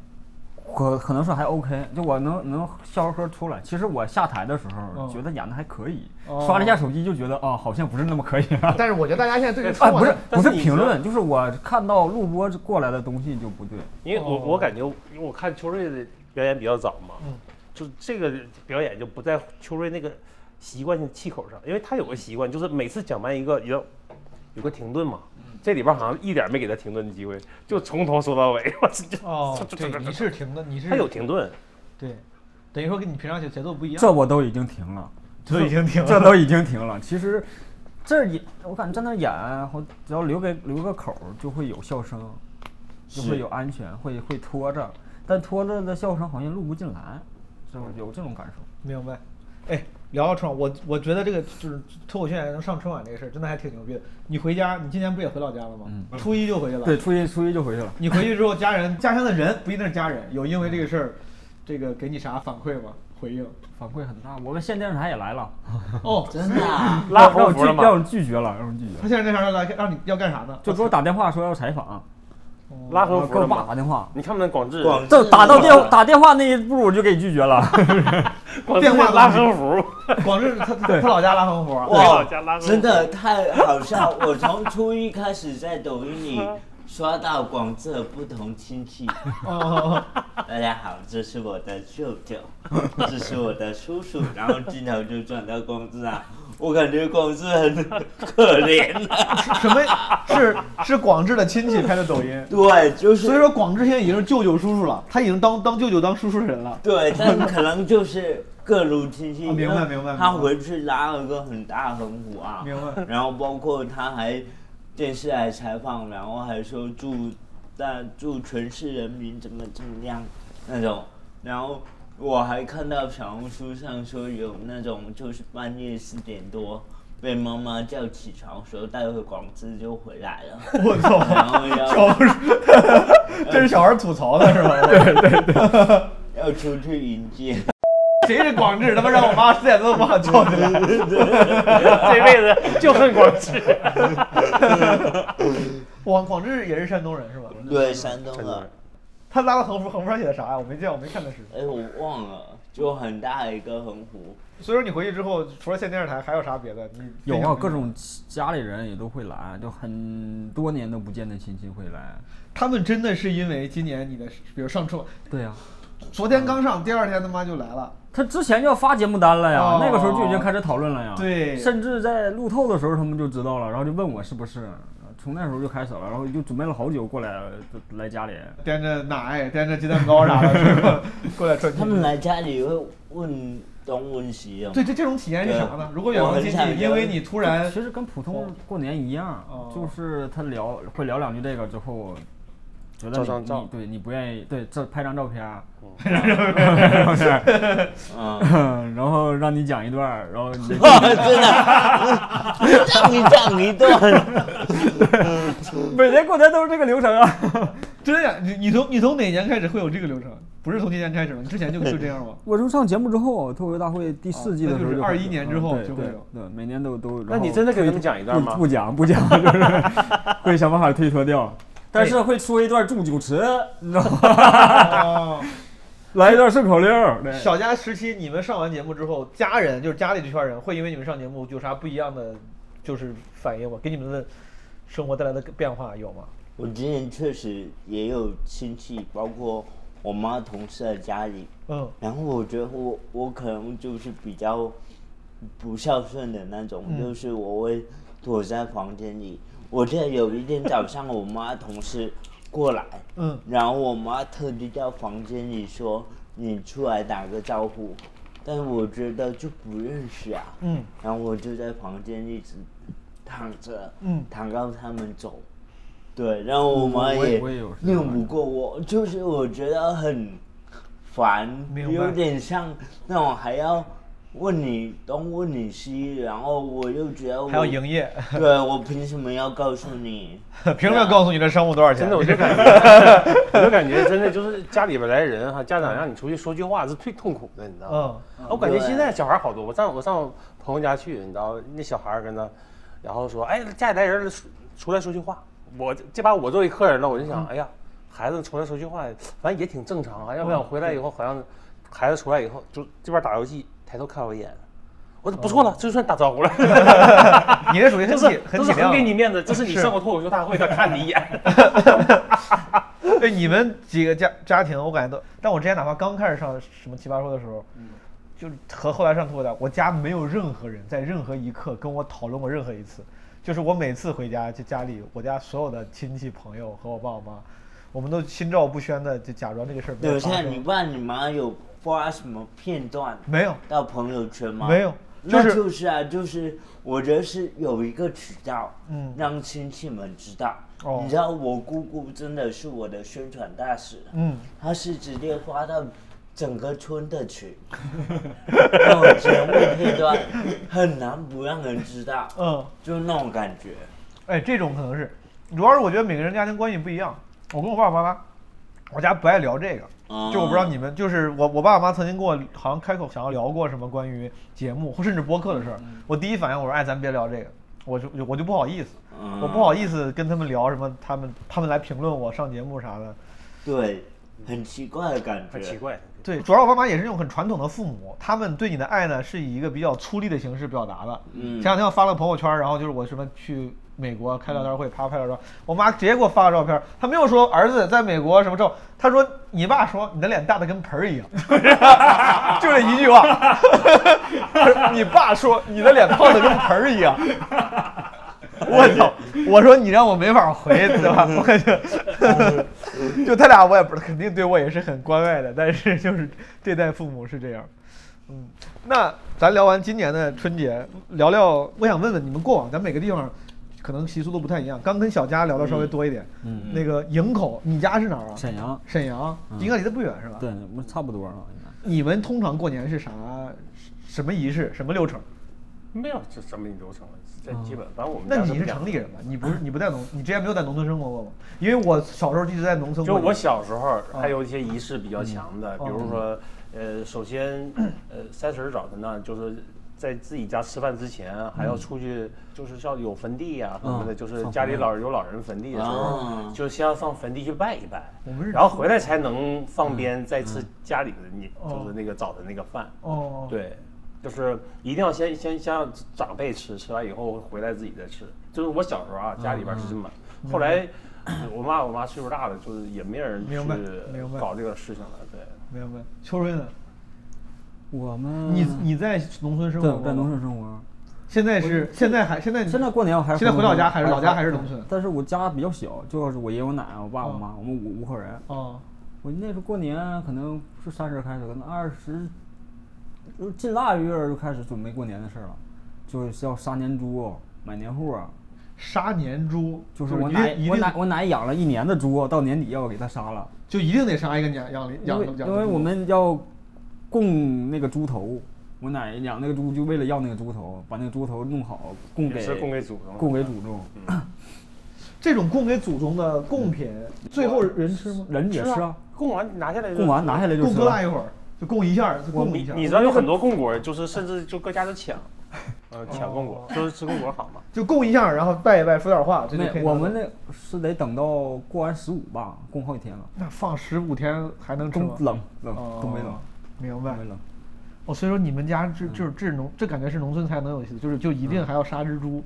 [SPEAKER 5] 可可能是还 OK，就我能能笑呵呵出来。其实我下台的时候
[SPEAKER 1] 嗯
[SPEAKER 5] 觉得演的还可以，
[SPEAKER 1] 哦
[SPEAKER 5] 刷了一下手机就觉得啊，好像不是那么可以 啊。
[SPEAKER 1] 但是我觉得大家现在对这个
[SPEAKER 5] 哎，
[SPEAKER 1] 充满
[SPEAKER 5] 不是
[SPEAKER 1] 了
[SPEAKER 5] 不
[SPEAKER 4] 但
[SPEAKER 5] 是
[SPEAKER 4] 是你
[SPEAKER 5] 评
[SPEAKER 4] 说
[SPEAKER 5] 论，就是我看到录播过来的东西就不对。
[SPEAKER 4] 因为我我感觉，因为我看秋瑞的表演比较早嘛，
[SPEAKER 1] 哦嗯
[SPEAKER 4] 就这个表演就不在秋瑞那个习惯性气口上，因为他有个习惯，就是每次讲完一个有有个停顿嘛，
[SPEAKER 1] 嗯
[SPEAKER 4] 这里边好像一点没给他停顿的机会，就从头说到尾，我这
[SPEAKER 1] 哦，
[SPEAKER 4] 就
[SPEAKER 1] 对，你是停的，你是
[SPEAKER 4] 他有停顿，
[SPEAKER 1] 对，等于说跟你平常节节奏不一样。
[SPEAKER 5] 这我都已经停 了，
[SPEAKER 1] 这已经停了
[SPEAKER 5] 这都已经停了。其实这儿也，我感觉在那儿演，我只要留给留个口儿，就会有笑声，就会有安全，会会拖着，但拖着的笑声好像录不进来，是不是有这种感受？
[SPEAKER 1] 明白。哎，聊到春晚，我我觉得这个就是脱口秀演员能上春晚这个事儿，真的还挺牛逼的。你回家，你今年不也回老家了吗？
[SPEAKER 5] 嗯
[SPEAKER 1] 初一就回去了。
[SPEAKER 5] 对，，初一初一就回去了。
[SPEAKER 1] 你回去之后，家人家乡的人不一定是家人，有因为这个事儿，这个给你啥反馈吗？回应？
[SPEAKER 5] 反馈很大，啊我们县电视台也来了，
[SPEAKER 1] 哦，
[SPEAKER 3] 真的啊，
[SPEAKER 4] 拉
[SPEAKER 5] 让
[SPEAKER 4] 横
[SPEAKER 5] 我
[SPEAKER 4] 幅
[SPEAKER 5] 拒
[SPEAKER 4] 了吗？
[SPEAKER 5] 让我拒绝了，让我拒绝
[SPEAKER 1] 他
[SPEAKER 5] 了，
[SPEAKER 1] 现在那啥来让你要干啥呢？
[SPEAKER 5] 就给我打电话说要采访，
[SPEAKER 1] 哦
[SPEAKER 4] 拉
[SPEAKER 5] 然
[SPEAKER 4] 横
[SPEAKER 5] 后
[SPEAKER 4] 幅
[SPEAKER 5] 给我
[SPEAKER 4] 了
[SPEAKER 5] 爸打
[SPEAKER 4] 吗？
[SPEAKER 5] 电话，
[SPEAKER 4] 你看不看广智？
[SPEAKER 3] 广
[SPEAKER 5] 这打到电打电话那一步我就给拒绝了。
[SPEAKER 4] 广智
[SPEAKER 1] 电话
[SPEAKER 4] 拉
[SPEAKER 1] 怎
[SPEAKER 4] 横幅，
[SPEAKER 1] 广志 他他他老家拉横幅啊。
[SPEAKER 4] 给老
[SPEAKER 3] 哇
[SPEAKER 4] 家拉，横幅
[SPEAKER 3] 真的太好笑！我从初一开始在抖音里说到广浙不同亲戚，
[SPEAKER 1] 哦，
[SPEAKER 3] 大家好，这是我的舅舅，这是我的叔叔，然后镜头就转到广志啊，我感觉广志很可怜啊。
[SPEAKER 1] 哦什么是是广志的亲戚拍的抖音，
[SPEAKER 3] 对，就是
[SPEAKER 1] 所以说广志现在已经是舅舅叔叔了，他已经当当舅舅当叔叔人了。
[SPEAKER 3] 对，但可能就是各路亲戚。
[SPEAKER 1] 啊明白
[SPEAKER 3] 因为
[SPEAKER 1] 明白
[SPEAKER 3] 他
[SPEAKER 1] 明白
[SPEAKER 3] 回去拉了个很大横幅啊，
[SPEAKER 1] 明白
[SPEAKER 3] 然后包括他还电视台采访，然后还说祝大祝全市人民怎么怎么样那种，然后。我还看到小红书上说有那种就是半夜四点多被妈妈叫起床，说带回广智就回来了，
[SPEAKER 1] 我操，
[SPEAKER 3] 然后
[SPEAKER 1] 小
[SPEAKER 3] 要
[SPEAKER 1] 孩儿这是小孩儿吐槽的是吧？对对对，
[SPEAKER 3] 要出去迎接。
[SPEAKER 1] 谁是广志？他妈让我妈四点多把我叫起来。
[SPEAKER 4] 这辈子就恨广智。
[SPEAKER 1] 广广志也是山东人是吧？
[SPEAKER 3] 对，山东的。
[SPEAKER 1] 他拉了横幅，横幅上写的啥呀？我没见，我没看那视频。
[SPEAKER 3] 哎，我忘了，就很大一个横幅。
[SPEAKER 1] 所以说你回去之后，除了县电视台，还有啥别的？你
[SPEAKER 5] 有
[SPEAKER 1] 分
[SPEAKER 5] 啊，
[SPEAKER 1] 享
[SPEAKER 5] 各种家里人也都会来，就很多年都不见的亲戚会来。
[SPEAKER 1] 他们真的是因为今年你的，比如上春，
[SPEAKER 5] 对呀、
[SPEAKER 1] 昨天刚上，第二天他妈就来了。
[SPEAKER 5] 他之前就要发节目单了呀，
[SPEAKER 1] 哦
[SPEAKER 5] 那个时候就已经开始讨论了呀。
[SPEAKER 1] 对
[SPEAKER 5] 甚至在路透的时候他们就知道了，然后就问我是不是，从那时候就开始了，然后就准备了好久过来来家里。
[SPEAKER 1] 掂着奶，掂着鸡蛋糕啥的，是吧？过来串亲
[SPEAKER 3] 他们来家里会问东问西的。
[SPEAKER 1] 对，这这种体验是啥呢？如果远
[SPEAKER 3] 我
[SPEAKER 1] 房
[SPEAKER 3] 很
[SPEAKER 1] 亲
[SPEAKER 3] 想
[SPEAKER 1] 戚
[SPEAKER 3] 了
[SPEAKER 1] 因为你突然
[SPEAKER 5] 哎其实跟普通过年一样，
[SPEAKER 1] 哦
[SPEAKER 5] 就是他聊会聊两句这个之后，觉得
[SPEAKER 4] 照张
[SPEAKER 5] 你
[SPEAKER 4] 照
[SPEAKER 5] 你对你不愿意对这拍张照片啊儿，
[SPEAKER 3] 嗯，
[SPEAKER 4] 哦
[SPEAKER 5] 然后让你讲一段儿，然后 你
[SPEAKER 3] 真的，让你讲一段。
[SPEAKER 5] 每年过年都是这个流程啊。
[SPEAKER 1] 真呀，你你从你从哪年开始会有这个流程？不是从今年开始吗？你之前就就这样吗？
[SPEAKER 5] 我从上节目之后，脱口秀大会第四季的时候
[SPEAKER 1] 哦那就是
[SPEAKER 5] 开始
[SPEAKER 1] 21年
[SPEAKER 5] 嗯
[SPEAKER 1] 之后
[SPEAKER 5] 对
[SPEAKER 1] 就会
[SPEAKER 5] 对
[SPEAKER 1] 有
[SPEAKER 5] 对，每年都都。
[SPEAKER 4] 那
[SPEAKER 5] 然后
[SPEAKER 4] 你真的给他们讲一段吗
[SPEAKER 5] 不不讲不讲，就是 会想办法推脱掉，但是会出一段祝酒词，你知道吗？
[SPEAKER 1] 哦，
[SPEAKER 5] 来一段顺口溜儿，对
[SPEAKER 1] 小家时期，你们上完节目之后，家人就是家里这圈人，会因为你们上节目有啥不一样的就是反应吗？给你们的生活带来的变化有吗？
[SPEAKER 3] 我之前确实也有亲戚，包括我妈同事的家里。
[SPEAKER 1] 嗯，
[SPEAKER 3] 然后我觉得我我可能就是比较不孝顺的那种，就是我会躲在房间里。我记得有一天早上，我妈同事过来，
[SPEAKER 1] 嗯，
[SPEAKER 3] 然后我妈特地到房间里说：“你出来打个招呼。”但我觉得就不认识啊，
[SPEAKER 1] 嗯，
[SPEAKER 3] 然后我就在房间一直躺着，
[SPEAKER 1] 嗯
[SPEAKER 3] 躺到他们走。对，然后我妈
[SPEAKER 5] 嗯我也
[SPEAKER 3] 也
[SPEAKER 5] 我也有时候
[SPEAKER 3] 拗不过我，就是我觉得很烦，
[SPEAKER 1] 明白
[SPEAKER 3] 有点像那种还要问你东问你西，然后我又觉得我
[SPEAKER 1] 还要营业，
[SPEAKER 3] 对我凭什么要告诉你？
[SPEAKER 1] 凭什么要告诉你这商务多少钱？
[SPEAKER 4] 真的，我就感觉，我就感觉真的就是家里边来人哈，家长让你出去说句话是最痛苦的，你知道吗？
[SPEAKER 1] 嗯，
[SPEAKER 4] 啊我感觉
[SPEAKER 3] 对
[SPEAKER 4] 现在小孩好多，我上我上我朋友家去，你知道，那小孩跟他，然后说，哎，家里来人了，出出来说句话，我这把我作为客人了，我就想，哎呀，孩子出来说句话，反正也挺正常啊，要不然我回来以后好像孩子出来以后就这边打游戏，抬头看我一眼。我说不错了，这就算打招呼了，
[SPEAKER 1] 你这属于很
[SPEAKER 4] 就
[SPEAKER 1] 体
[SPEAKER 4] 是
[SPEAKER 1] 很体
[SPEAKER 4] 就是很
[SPEAKER 1] 谅
[SPEAKER 4] 给你
[SPEAKER 1] 了。
[SPEAKER 4] 面子，这是你上过脱口秀大会，他看你一眼。
[SPEAKER 1] 对哎你们几个家家庭，我感觉都，但我之前哪怕刚开始上什么奇葩说的时候，就是和后来上脱口秀，我家没有任何人在任何一刻跟我讨论过任何一次。就是我每次回家，就家里我家所有的亲戚朋友和我爸我妈，我们都心照不宣的就假装这个事儿没
[SPEAKER 3] 等
[SPEAKER 1] 有
[SPEAKER 3] 一
[SPEAKER 1] 发
[SPEAKER 3] 下，
[SPEAKER 1] 生。
[SPEAKER 3] 你爸你妈有发什么片段
[SPEAKER 1] 没有，
[SPEAKER 3] 到朋友圈吗？
[SPEAKER 1] 没有就
[SPEAKER 3] 那
[SPEAKER 1] 是
[SPEAKER 3] 就是啊，就是我觉得是有一个渠道，
[SPEAKER 1] 嗯
[SPEAKER 3] 让亲戚们知道。
[SPEAKER 1] 哦
[SPEAKER 3] 你知道我姑姑真的是我的宣传大使，
[SPEAKER 1] 嗯，
[SPEAKER 3] 她是直接发到整个村的群，那种节目片段很难不让人 知道，
[SPEAKER 1] 嗯，
[SPEAKER 3] 就那种感觉。
[SPEAKER 1] 哎，这种可能是，主要是我觉得每个人家庭关系不一样。我跟我爸爸妈妈，我家不爱聊这个，就我不知道你们，就是我我爸爸妈妈曾经跟我好像开口想要聊过什么关于节目或甚至播客的事儿，我第一反应我说哎咱别聊这个，我就我就不好意思，
[SPEAKER 3] 嗯哦
[SPEAKER 1] 我不好意思跟他们聊什么，他们他们来评论我上节目啥的，
[SPEAKER 3] 对，很奇怪的感
[SPEAKER 4] 很奇
[SPEAKER 3] 觉。
[SPEAKER 4] 怪。
[SPEAKER 1] 对，主要奥巴马也是那种很传统的父母，他们对你的爱呢是以一个比较粗粝的形式表达的。
[SPEAKER 3] 嗯
[SPEAKER 1] 前两天我发了个朋友圈，然后就是我什么去美国开聊天会，啪拍了照，我妈直接给我发了照片，她没有说儿子在美国什么照，她说你爸说你的脸大的跟盆儿一样， 就这一句话，你爸说你的脸胖的跟盆儿一样。我操！我说你让我没法回，对吧？我就 就他俩，我也不肯定对我也是很关爱的，但是就是对待父母是这样。嗯，那咱聊完今年的春节，聊聊我想问问你们过往，咱每个地方可能习俗都不太一样。刚跟小佳聊的稍微多一点，
[SPEAKER 5] 嗯，
[SPEAKER 1] 那个营口，你家是哪儿啊？
[SPEAKER 5] 沈阳，嗯
[SPEAKER 1] 沈阳，应该离得不远是吧？
[SPEAKER 5] 对，我们差不多了，应该
[SPEAKER 1] 你们通常过年是啥？什么仪式？什么流程？
[SPEAKER 4] 没有这什么流程，这基本反正我们
[SPEAKER 1] 嗯那
[SPEAKER 4] 家
[SPEAKER 1] 你是
[SPEAKER 4] 这样
[SPEAKER 1] 城里人吧？你不是你不在农，你之前没有在农村生活过吗？因为我小时候一直在农村
[SPEAKER 4] 就
[SPEAKER 1] 过嗯年。
[SPEAKER 4] 我小时候还有一些仪式比较强的，比如说，呃，首先，呃，三十儿早晨呢，就是在自己家吃饭之前，还要出去，就是要有坟地呀、什么的，
[SPEAKER 5] 嗯
[SPEAKER 4] 就是家里老人有老人坟地的时候，
[SPEAKER 3] 啊
[SPEAKER 4] 就先要上坟地去拜一拜
[SPEAKER 1] 我们是，嗯
[SPEAKER 4] 然后回来才能放鞭再吃家里的你
[SPEAKER 1] 哦
[SPEAKER 4] 就是那个早的那个饭，
[SPEAKER 1] 哦，
[SPEAKER 4] 对。就是一定要先先先让长辈吃，吃完以后回来自己再吃。就是我小时候啊，家里边是这么，
[SPEAKER 5] 嗯
[SPEAKER 4] 后来我妈我妈岁数大了，就是也没人去
[SPEAKER 1] 明白明白
[SPEAKER 4] 搞这个事情了。对，
[SPEAKER 1] 明白。秋瑞呢？
[SPEAKER 5] 我们
[SPEAKER 1] 你你在农村生活
[SPEAKER 5] 嗯对
[SPEAKER 1] 过吗
[SPEAKER 5] 在农村生活，
[SPEAKER 1] 现在是现在还现在
[SPEAKER 5] 现在过年我还是
[SPEAKER 1] 现在回老家还是
[SPEAKER 5] 回
[SPEAKER 1] 老家还是农村
[SPEAKER 5] 但是我家比较小，就是我爷爷我奶奶我爸
[SPEAKER 1] 哦
[SPEAKER 5] 我妈，我们五五口人。
[SPEAKER 1] 哦
[SPEAKER 5] 我那时候过年可能是三十开始，可能二十，就近腊月就开始准备过年的事儿了，就是要杀年猪、买年货，
[SPEAKER 1] 杀年猪，
[SPEAKER 5] 就是我
[SPEAKER 1] 一
[SPEAKER 5] 奶
[SPEAKER 1] 定一
[SPEAKER 5] 我
[SPEAKER 1] 定
[SPEAKER 5] 奶我奶养了一年的猪，到年底要给它杀了，
[SPEAKER 1] 就一定得杀一个养养
[SPEAKER 5] 因为
[SPEAKER 1] 养养
[SPEAKER 5] 因为我们要供那个猪头，我奶养那个猪就为了要那个猪头，把那个猪头弄好供
[SPEAKER 4] 也
[SPEAKER 5] 给
[SPEAKER 4] 是供给祖宗，嗯
[SPEAKER 5] 供给祖宗，
[SPEAKER 1] 这种供给祖宗的贡品，
[SPEAKER 5] 嗯
[SPEAKER 1] 最后人吃吗？
[SPEAKER 5] 人也
[SPEAKER 4] 是
[SPEAKER 5] 是
[SPEAKER 4] 啊
[SPEAKER 5] 啊，，
[SPEAKER 4] 供完拿下来就
[SPEAKER 5] 供完拿下来就
[SPEAKER 1] 供
[SPEAKER 5] 吃啊
[SPEAKER 1] 多大
[SPEAKER 5] 了。
[SPEAKER 1] 一会儿？就供一下儿，就供一
[SPEAKER 4] 你
[SPEAKER 1] 下儿，
[SPEAKER 4] 你知道有很多供果，就是甚至就各家都抢，呃，抢供
[SPEAKER 5] 哦
[SPEAKER 4] 果，就是吃供果好嘛。
[SPEAKER 1] 就供一下儿，然后拜一拜，说点话，这就可以
[SPEAKER 5] 没，
[SPEAKER 1] 拿
[SPEAKER 5] 我
[SPEAKER 1] 走
[SPEAKER 5] 们那是得等到过完十五吧，供好几天了。
[SPEAKER 1] 那放十五天还能吃
[SPEAKER 5] 中
[SPEAKER 1] 吗？
[SPEAKER 5] 冷冷
[SPEAKER 1] 哦
[SPEAKER 5] 东北冷，
[SPEAKER 1] 明
[SPEAKER 5] 东
[SPEAKER 1] 白
[SPEAKER 5] 北。嗯冷。
[SPEAKER 1] 哦，所以说你们家这就是这农，这感觉是农村才能有意思，就是就一
[SPEAKER 5] 嗯
[SPEAKER 1] 定还要杀只猪。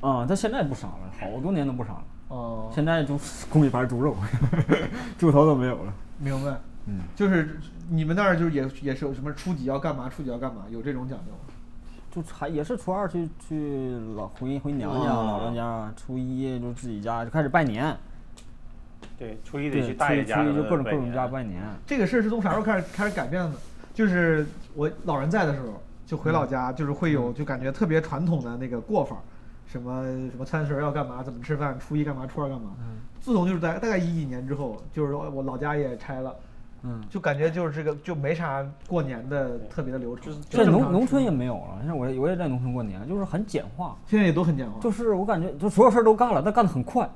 [SPEAKER 5] 啊，但现在不杀了，好多年都不杀了。
[SPEAKER 1] 哦，
[SPEAKER 5] 现在就 供一盘猪肉，猪头都没有了。
[SPEAKER 1] 明白。嗯，就是你们那儿就是也也是有什么初几要干嘛，初几要干嘛，有这种讲究吗？
[SPEAKER 5] 就还也是初二去去老回回娘家、
[SPEAKER 3] 哦
[SPEAKER 5] 老丈家，初一就自己家就开始拜年，
[SPEAKER 4] 对，初一得
[SPEAKER 5] 对，
[SPEAKER 4] 去
[SPEAKER 5] 初
[SPEAKER 4] 大爷
[SPEAKER 5] 一
[SPEAKER 4] 家
[SPEAKER 5] 初
[SPEAKER 4] 什
[SPEAKER 5] 一
[SPEAKER 4] 么的
[SPEAKER 5] 就各种
[SPEAKER 4] 拜
[SPEAKER 5] 各种
[SPEAKER 4] 年嗯
[SPEAKER 5] 家拜年。
[SPEAKER 1] 这个事儿是从啥时候开始开始改变的？就是我老人在的时候，就回老家，就是会有就感觉特别传统的那个过法儿，什么什么三十儿要干嘛，怎么吃饭，初一干嘛，初二干嘛。自从就是在大概一几年之后，就是我老家也拆了，
[SPEAKER 5] 嗯，
[SPEAKER 1] 就感觉就是这个就没啥过年的特别的流程，就
[SPEAKER 5] 在
[SPEAKER 1] 正
[SPEAKER 5] 农
[SPEAKER 1] 常
[SPEAKER 5] 农
[SPEAKER 1] 吃
[SPEAKER 5] 村也没有了。现在我也我也在农村过年，就是很简化，
[SPEAKER 1] 现在也都很简化，
[SPEAKER 5] 就是我感觉就所有事儿都干了，但干得很快。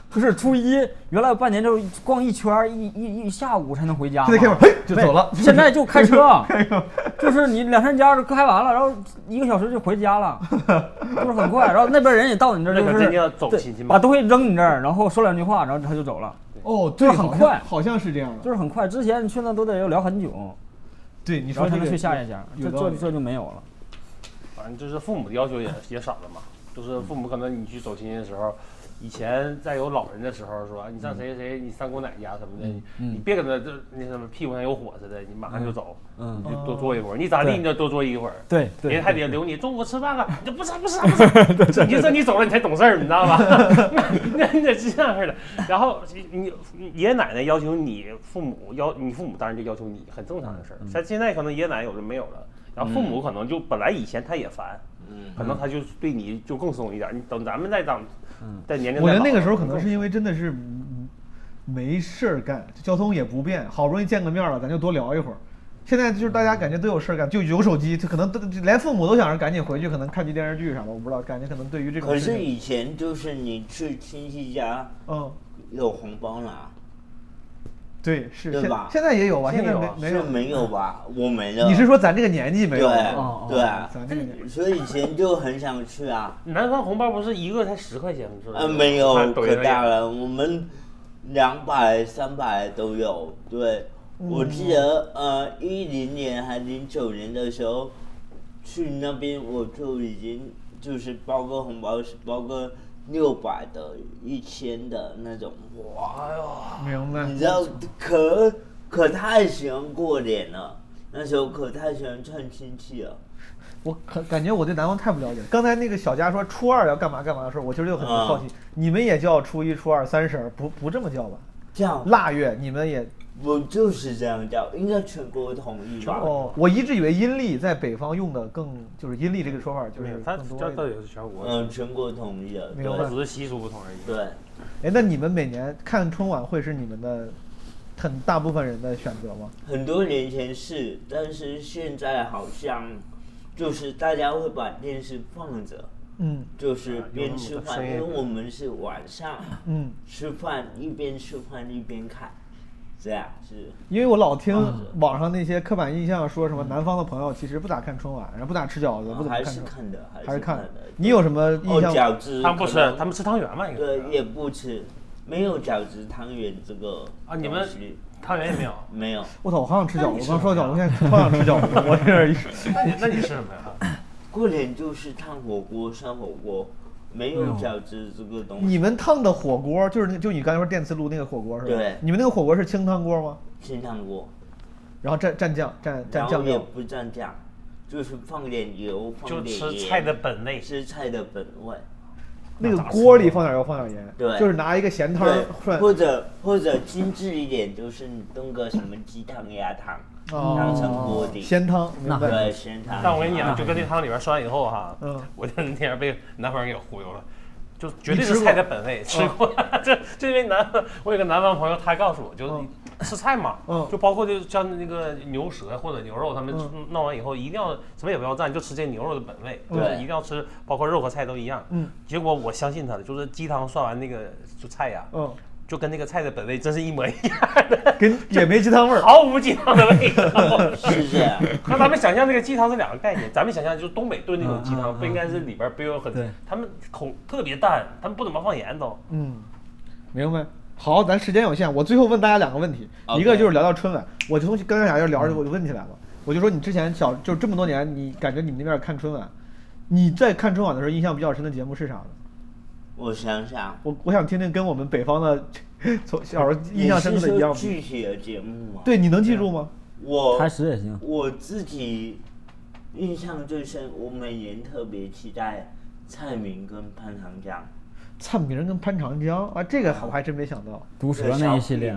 [SPEAKER 5] 就是初一，原来我半年就逛一圈儿一一一下午才能回家嘛。
[SPEAKER 1] 现在开门嘿就走了。
[SPEAKER 5] 现在就 开车，
[SPEAKER 1] 哎
[SPEAKER 5] 就是你两三家都开完了，然后一个小时就回家 了，就是很快。然后那边人也到你这儿，
[SPEAKER 4] 那
[SPEAKER 5] 就
[SPEAKER 4] 可
[SPEAKER 5] 是
[SPEAKER 4] 真叫走亲戚
[SPEAKER 5] 对
[SPEAKER 4] 嘛
[SPEAKER 5] 把东西扔你这儿，然后说两句话，然后他就走了，
[SPEAKER 1] 哦，对，
[SPEAKER 5] 就是很
[SPEAKER 1] 好像
[SPEAKER 5] 快
[SPEAKER 1] 好像是这样的。
[SPEAKER 5] 就是很快。之前去那都得要聊很久，
[SPEAKER 1] 对，你
[SPEAKER 5] 然
[SPEAKER 1] 说
[SPEAKER 5] 后
[SPEAKER 1] 这
[SPEAKER 5] 才能
[SPEAKER 1] 个
[SPEAKER 5] 去下一家，
[SPEAKER 1] 有
[SPEAKER 5] 这
[SPEAKER 1] 道
[SPEAKER 5] 这
[SPEAKER 1] 理。
[SPEAKER 5] 这就没有了。
[SPEAKER 4] 反正就是父母的要求也也少了嘛，就是父母可能你去走亲戚的时候，以前在有老人的时候说啊你上谁谁谁，你上姑奶奶家什么的，
[SPEAKER 5] 嗯
[SPEAKER 4] 你你别跟他这那什么屁股上有火似的，你马上就走，
[SPEAKER 5] 嗯
[SPEAKER 4] 你就多坐一会儿，你咋地
[SPEAKER 5] 对
[SPEAKER 4] 你就多坐一会儿。
[SPEAKER 5] 对
[SPEAKER 4] 别
[SPEAKER 5] 对
[SPEAKER 4] 人还得留你，中午吃饭了，你就不吃不吃 不吃，你就说你走了你才懂事儿，你知道吧？ 那你得是这样式的。然后你你爷爷奶奶要求你父母要你父母当然就要求你，很正常的事
[SPEAKER 1] 嗯
[SPEAKER 4] 儿。像现在可能爷爷奶奶有的没有了，然后父母可能就本来以前他也烦，
[SPEAKER 3] 嗯，
[SPEAKER 4] 可能他就对你就更松一点儿。你等咱们再长，在年龄
[SPEAKER 1] 我
[SPEAKER 4] 再
[SPEAKER 1] 觉得
[SPEAKER 4] 老
[SPEAKER 1] 那个
[SPEAKER 4] 了
[SPEAKER 1] 时候可能是
[SPEAKER 4] 更
[SPEAKER 1] 因为真的是嗯没事儿干，交通也不便，好不容易见个面了，咱就多聊一会儿。现在就是大
[SPEAKER 3] 嗯
[SPEAKER 1] 家感觉都有事儿干，就有手机，就可能都连父母都想着赶紧回去，可能看集电视剧啥的，我不知道，感觉可能对于这种
[SPEAKER 3] 可
[SPEAKER 1] 事情，
[SPEAKER 3] 是以前就是你去亲戚家
[SPEAKER 1] 嗯，
[SPEAKER 3] 有红包拿，
[SPEAKER 1] 对，是
[SPEAKER 3] 对
[SPEAKER 1] 现
[SPEAKER 3] 吧
[SPEAKER 1] 现在也有啊，现
[SPEAKER 4] 现
[SPEAKER 1] 在
[SPEAKER 4] 在有
[SPEAKER 1] 没
[SPEAKER 4] 啊
[SPEAKER 1] 没
[SPEAKER 3] 是
[SPEAKER 1] 有，
[SPEAKER 3] 没有吧？我没了。
[SPEAKER 1] 你是说咱这个年纪没
[SPEAKER 3] 对
[SPEAKER 1] 有啊？
[SPEAKER 5] 哦
[SPEAKER 1] 哦咱这个年
[SPEAKER 3] 对，所以以前就很想去啊。
[SPEAKER 4] 南方红包不是一个才十块钱吗？是吧
[SPEAKER 3] 啊，没有
[SPEAKER 4] 看抖音
[SPEAKER 3] 可
[SPEAKER 4] 上
[SPEAKER 3] 大
[SPEAKER 4] 有
[SPEAKER 3] 了，我们两百、三百都有。对，
[SPEAKER 1] 嗯
[SPEAKER 3] 我记得呃，一零年还零九年的时候，去那边我就已经就是包个红包是包个六百的、一千的那种，哇哟！
[SPEAKER 1] 明白。
[SPEAKER 3] 哎你知道可可太喜欢过年了，那时候可太喜欢串亲戚了。
[SPEAKER 1] 我可感觉我对南方太不了解了。刚才那个小佳说初二要干嘛干嘛的时候，我其实就很
[SPEAKER 3] 啊
[SPEAKER 1] 好奇，你们也叫初一、初二、三十儿，不不这么叫吧？
[SPEAKER 3] 这样，
[SPEAKER 1] 腊月你们也
[SPEAKER 3] 我就是这样叫，应该全国统一吧？
[SPEAKER 1] 哦，我一直以为阴历在北方用的更就是阴历这个说法就
[SPEAKER 4] 没
[SPEAKER 1] 是
[SPEAKER 4] 有，他
[SPEAKER 1] 嗯更多
[SPEAKER 4] 这
[SPEAKER 1] 一
[SPEAKER 4] 到
[SPEAKER 1] 点。
[SPEAKER 4] 底是全国的，
[SPEAKER 3] 嗯，全国统一了。
[SPEAKER 1] 明
[SPEAKER 3] 对
[SPEAKER 1] 白
[SPEAKER 4] 只是习俗不同而已。
[SPEAKER 3] 对，
[SPEAKER 1] 哎，那你们每年看春晚会是你们的很大部分人的选择吗？
[SPEAKER 3] 很多年前是，但是现在好像就是大家会把电视放着，
[SPEAKER 1] 嗯
[SPEAKER 3] 就是边吃
[SPEAKER 4] 有那么多
[SPEAKER 3] 饭，
[SPEAKER 4] 声音
[SPEAKER 3] 因为我们是晚上
[SPEAKER 1] 嗯，
[SPEAKER 3] 吃饭，一边吃饭一边看，这样是。
[SPEAKER 1] 因为我老听网上那些刻板印象说什么南方的朋友其实不咋看春晚，然后不咋吃饺子，不怎么
[SPEAKER 3] 还
[SPEAKER 1] 看
[SPEAKER 3] 是
[SPEAKER 1] 春晚，
[SPEAKER 3] 看的，还
[SPEAKER 1] 还是
[SPEAKER 3] 看
[SPEAKER 1] 看
[SPEAKER 3] 的。
[SPEAKER 1] 你有什么
[SPEAKER 3] 哦
[SPEAKER 1] 印，象？
[SPEAKER 3] 饺子
[SPEAKER 4] 他们不吃
[SPEAKER 3] 可能，
[SPEAKER 4] 他们吃汤圆嘛？应该是
[SPEAKER 3] 对也不吃，没有饺子汤圆这个
[SPEAKER 4] 啊，你们
[SPEAKER 3] 东西
[SPEAKER 4] 汤圆也 没有？
[SPEAKER 3] 没有
[SPEAKER 1] 我操，我好想吃饺子！我
[SPEAKER 4] 吃
[SPEAKER 1] 刚说
[SPEAKER 4] 什
[SPEAKER 1] 饺子，
[SPEAKER 4] 么
[SPEAKER 1] 我现在好想吃饺子。我这儿一说，
[SPEAKER 4] 那你那你吃什么呀？
[SPEAKER 3] 过年就是烫火锅、烧火锅，没有饺子这个东西。
[SPEAKER 1] 你们烫的火锅就是那就你刚才说电磁炉那个火锅是吧？
[SPEAKER 3] 对
[SPEAKER 1] 你们那个火锅是清汤锅吗？
[SPEAKER 3] 清烫锅，
[SPEAKER 1] 然后蘸蘸酱，蘸
[SPEAKER 3] 然
[SPEAKER 1] 蘸
[SPEAKER 3] 后
[SPEAKER 1] 酱
[SPEAKER 3] 也
[SPEAKER 1] 料。
[SPEAKER 3] 不蘸酱，就是放点油，
[SPEAKER 4] 就
[SPEAKER 3] 放点
[SPEAKER 4] 吃
[SPEAKER 3] 盐
[SPEAKER 4] 菜的，本味。
[SPEAKER 3] 吃菜的本味。
[SPEAKER 1] 那个锅里放点油，放点盐。
[SPEAKER 3] 对
[SPEAKER 1] 就是拿一个咸汤
[SPEAKER 3] 对，
[SPEAKER 1] 涮。
[SPEAKER 3] 或者或者精致一点，就是你弄个什么鸡汤、鸭汤，当成锅底。
[SPEAKER 1] 哦咸汤，明白。
[SPEAKER 3] 对，咸汤。
[SPEAKER 4] 但我跟你讲，就跟那汤里边涮完以后哈，
[SPEAKER 1] 嗯
[SPEAKER 4] 我就那天被南方人给忽悠了，就绝
[SPEAKER 1] 你
[SPEAKER 4] 对
[SPEAKER 1] 吃
[SPEAKER 4] 是
[SPEAKER 1] 过嗯
[SPEAKER 4] 菜的本味，吃过。 这这因为南，我有个南方朋友，他告诉我，就是你吃菜嘛，
[SPEAKER 1] 嗯
[SPEAKER 4] 就包括就像那个牛舌或者牛肉，他们
[SPEAKER 1] 嗯
[SPEAKER 4] 弄完以后一定要什么也不要蘸，就吃这牛肉的本味，
[SPEAKER 3] 对
[SPEAKER 4] 就是一定要吃，包括肉和菜都一样。
[SPEAKER 1] 嗯
[SPEAKER 4] 结果我相信他的，就是鸡汤涮完那个就菜呀，
[SPEAKER 1] 嗯，
[SPEAKER 4] 就跟那个菜的本味真是一模一样，
[SPEAKER 1] 跟也没鸡汤味儿。
[SPEAKER 4] 毫无鸡汤的味道。
[SPEAKER 3] 是这样。
[SPEAKER 4] 那咱们想象那个鸡汤是两个概念，咱们想象就是东北炖那
[SPEAKER 1] 嗯
[SPEAKER 4] 种鸡汤，不应该是里边儿不有很
[SPEAKER 5] 对，
[SPEAKER 4] 他们口特别淡，他们不怎么放盐都。
[SPEAKER 1] 嗯，明白。好，咱时间有限，我最后问大家两个问题，
[SPEAKER 3] OK 嗯
[SPEAKER 1] 一个就是聊聊春晚，我就从刚才俩人聊着我就问起来了，我就说你之前小就这么多年，你感觉你们那边看春晚，你在看春晚的时候印象比较深的节目是啥呢？
[SPEAKER 3] 我想想，
[SPEAKER 1] 我我想听听跟我们北方的 从小时候印象深刻的一样
[SPEAKER 3] 你是说具体的节目吗？，
[SPEAKER 1] 对，你能记住吗？
[SPEAKER 3] 我
[SPEAKER 5] 开始也行。
[SPEAKER 3] 我自己印象最深，我每年特别期待蔡明跟潘长江。
[SPEAKER 1] 蔡明跟潘长江啊，这个我还真没想到，
[SPEAKER 5] 毒舌那一系列，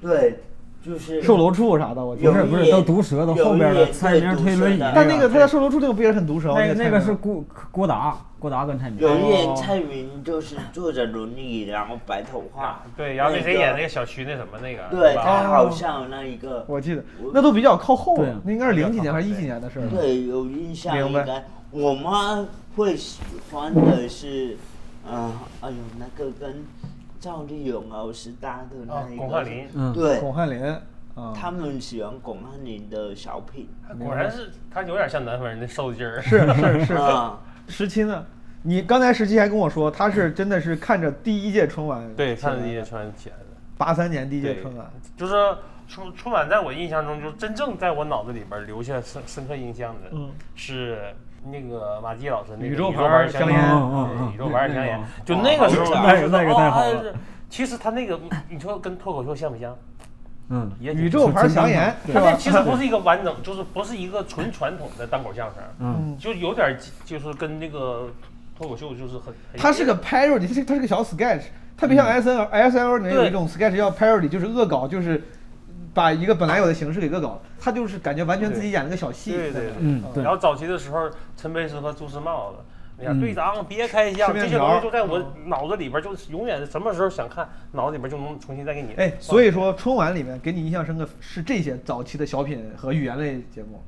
[SPEAKER 3] 对，就是
[SPEAKER 1] 售楼处啥的，我觉
[SPEAKER 3] 有
[SPEAKER 1] 得。
[SPEAKER 3] 一
[SPEAKER 5] 不是不是
[SPEAKER 3] 年
[SPEAKER 5] 都毒舌的
[SPEAKER 3] 有
[SPEAKER 5] 后边
[SPEAKER 3] 一
[SPEAKER 5] 的
[SPEAKER 3] 年
[SPEAKER 5] 蔡明推轮椅
[SPEAKER 3] 最毒
[SPEAKER 5] 啊
[SPEAKER 3] 舌的
[SPEAKER 1] 但那个他在售楼处那个不也是很毒舌吗？
[SPEAKER 5] 那个那
[SPEAKER 1] 蔡
[SPEAKER 5] 个
[SPEAKER 1] 明
[SPEAKER 5] 是郭郭达，郭达跟蔡明。
[SPEAKER 3] 有一
[SPEAKER 1] 哦
[SPEAKER 3] 年蔡明就是坐着轮椅，然后白头发。
[SPEAKER 4] 啊对，然后那谁演那
[SPEAKER 3] 个？
[SPEAKER 4] 个小区那什么那个，
[SPEAKER 3] 对
[SPEAKER 4] 吧？
[SPEAKER 3] 他好像那一个，
[SPEAKER 1] 哦我记得
[SPEAKER 3] 我
[SPEAKER 1] 那都比较靠后
[SPEAKER 5] 对
[SPEAKER 1] 了，那应该是零几年还是一几年的事儿了。
[SPEAKER 3] 对，有印象
[SPEAKER 1] 明白
[SPEAKER 3] 应该。我妈会喜欢的是，嗯、哎呦，那个跟赵丽蓉老师搭的那
[SPEAKER 4] 啊
[SPEAKER 3] 一个，
[SPEAKER 4] 巩汉林
[SPEAKER 5] 嗯
[SPEAKER 3] 对，
[SPEAKER 1] 巩汉林啊，
[SPEAKER 3] 他们喜欢巩汉林的小品，
[SPEAKER 4] 果然是他有点像南方人的瘦劲儿。
[SPEAKER 1] 嗯是是是，
[SPEAKER 3] 啊，
[SPEAKER 1] 十七呢？你刚才十七还跟我说，他是真的是看着第一届春晚，
[SPEAKER 4] 对，看着你也穿起来的，
[SPEAKER 1] 八三年第一届
[SPEAKER 4] 对
[SPEAKER 1] 春晚，
[SPEAKER 4] 就是春春晚在我印象中，就真正在我脑子里边儿留下深深刻印象的，
[SPEAKER 1] 嗯
[SPEAKER 4] 是那个马季老师那个
[SPEAKER 1] 宇宙牌
[SPEAKER 4] 牌儿
[SPEAKER 1] 香
[SPEAKER 4] 香
[SPEAKER 1] 烟
[SPEAKER 5] 嗯嗯
[SPEAKER 4] 对
[SPEAKER 5] 嗯
[SPEAKER 4] 宇宙牌儿香烟，就
[SPEAKER 3] 那
[SPEAKER 4] 那个时候
[SPEAKER 3] 那
[SPEAKER 4] 我就
[SPEAKER 5] 个
[SPEAKER 4] 觉得
[SPEAKER 5] 那个
[SPEAKER 4] 哦
[SPEAKER 5] 太好
[SPEAKER 4] 哎
[SPEAKER 5] 了
[SPEAKER 4] 是其实他那个，你说跟脱口秀像不像？
[SPEAKER 5] 嗯，
[SPEAKER 4] 也挺
[SPEAKER 1] 宇宙牌祥言是
[SPEAKER 4] 它这
[SPEAKER 1] 吧？
[SPEAKER 4] 其实不是一个完整，就是不是一个纯传统的单口相声，
[SPEAKER 1] 嗯
[SPEAKER 4] 就有点儿就是跟那个脱口秀就是很，很
[SPEAKER 1] 他是个 parody，他是他是个小 sketch，特别像 S N S N L 里面有
[SPEAKER 4] 嗯对
[SPEAKER 1] 一种 sketch 叫 parody，就是恶搞，就是把一个本来有的形式给恶搞了，他就是感觉完全自己演了个小戏。
[SPEAKER 4] 对对对，
[SPEAKER 5] 嗯对
[SPEAKER 4] 然后早期的时候，陈佩斯和朱时茂的，哎呀，队长别开枪，
[SPEAKER 1] 吃面
[SPEAKER 4] 这些
[SPEAKER 1] 条嗯
[SPEAKER 4] 东西就在我脑子里边儿，就是永远什么时候想看，脑子里边儿就能重新再给你。
[SPEAKER 1] 哎，所以说春晚里面给你印象深刻是这些早期的小品和语言类节目，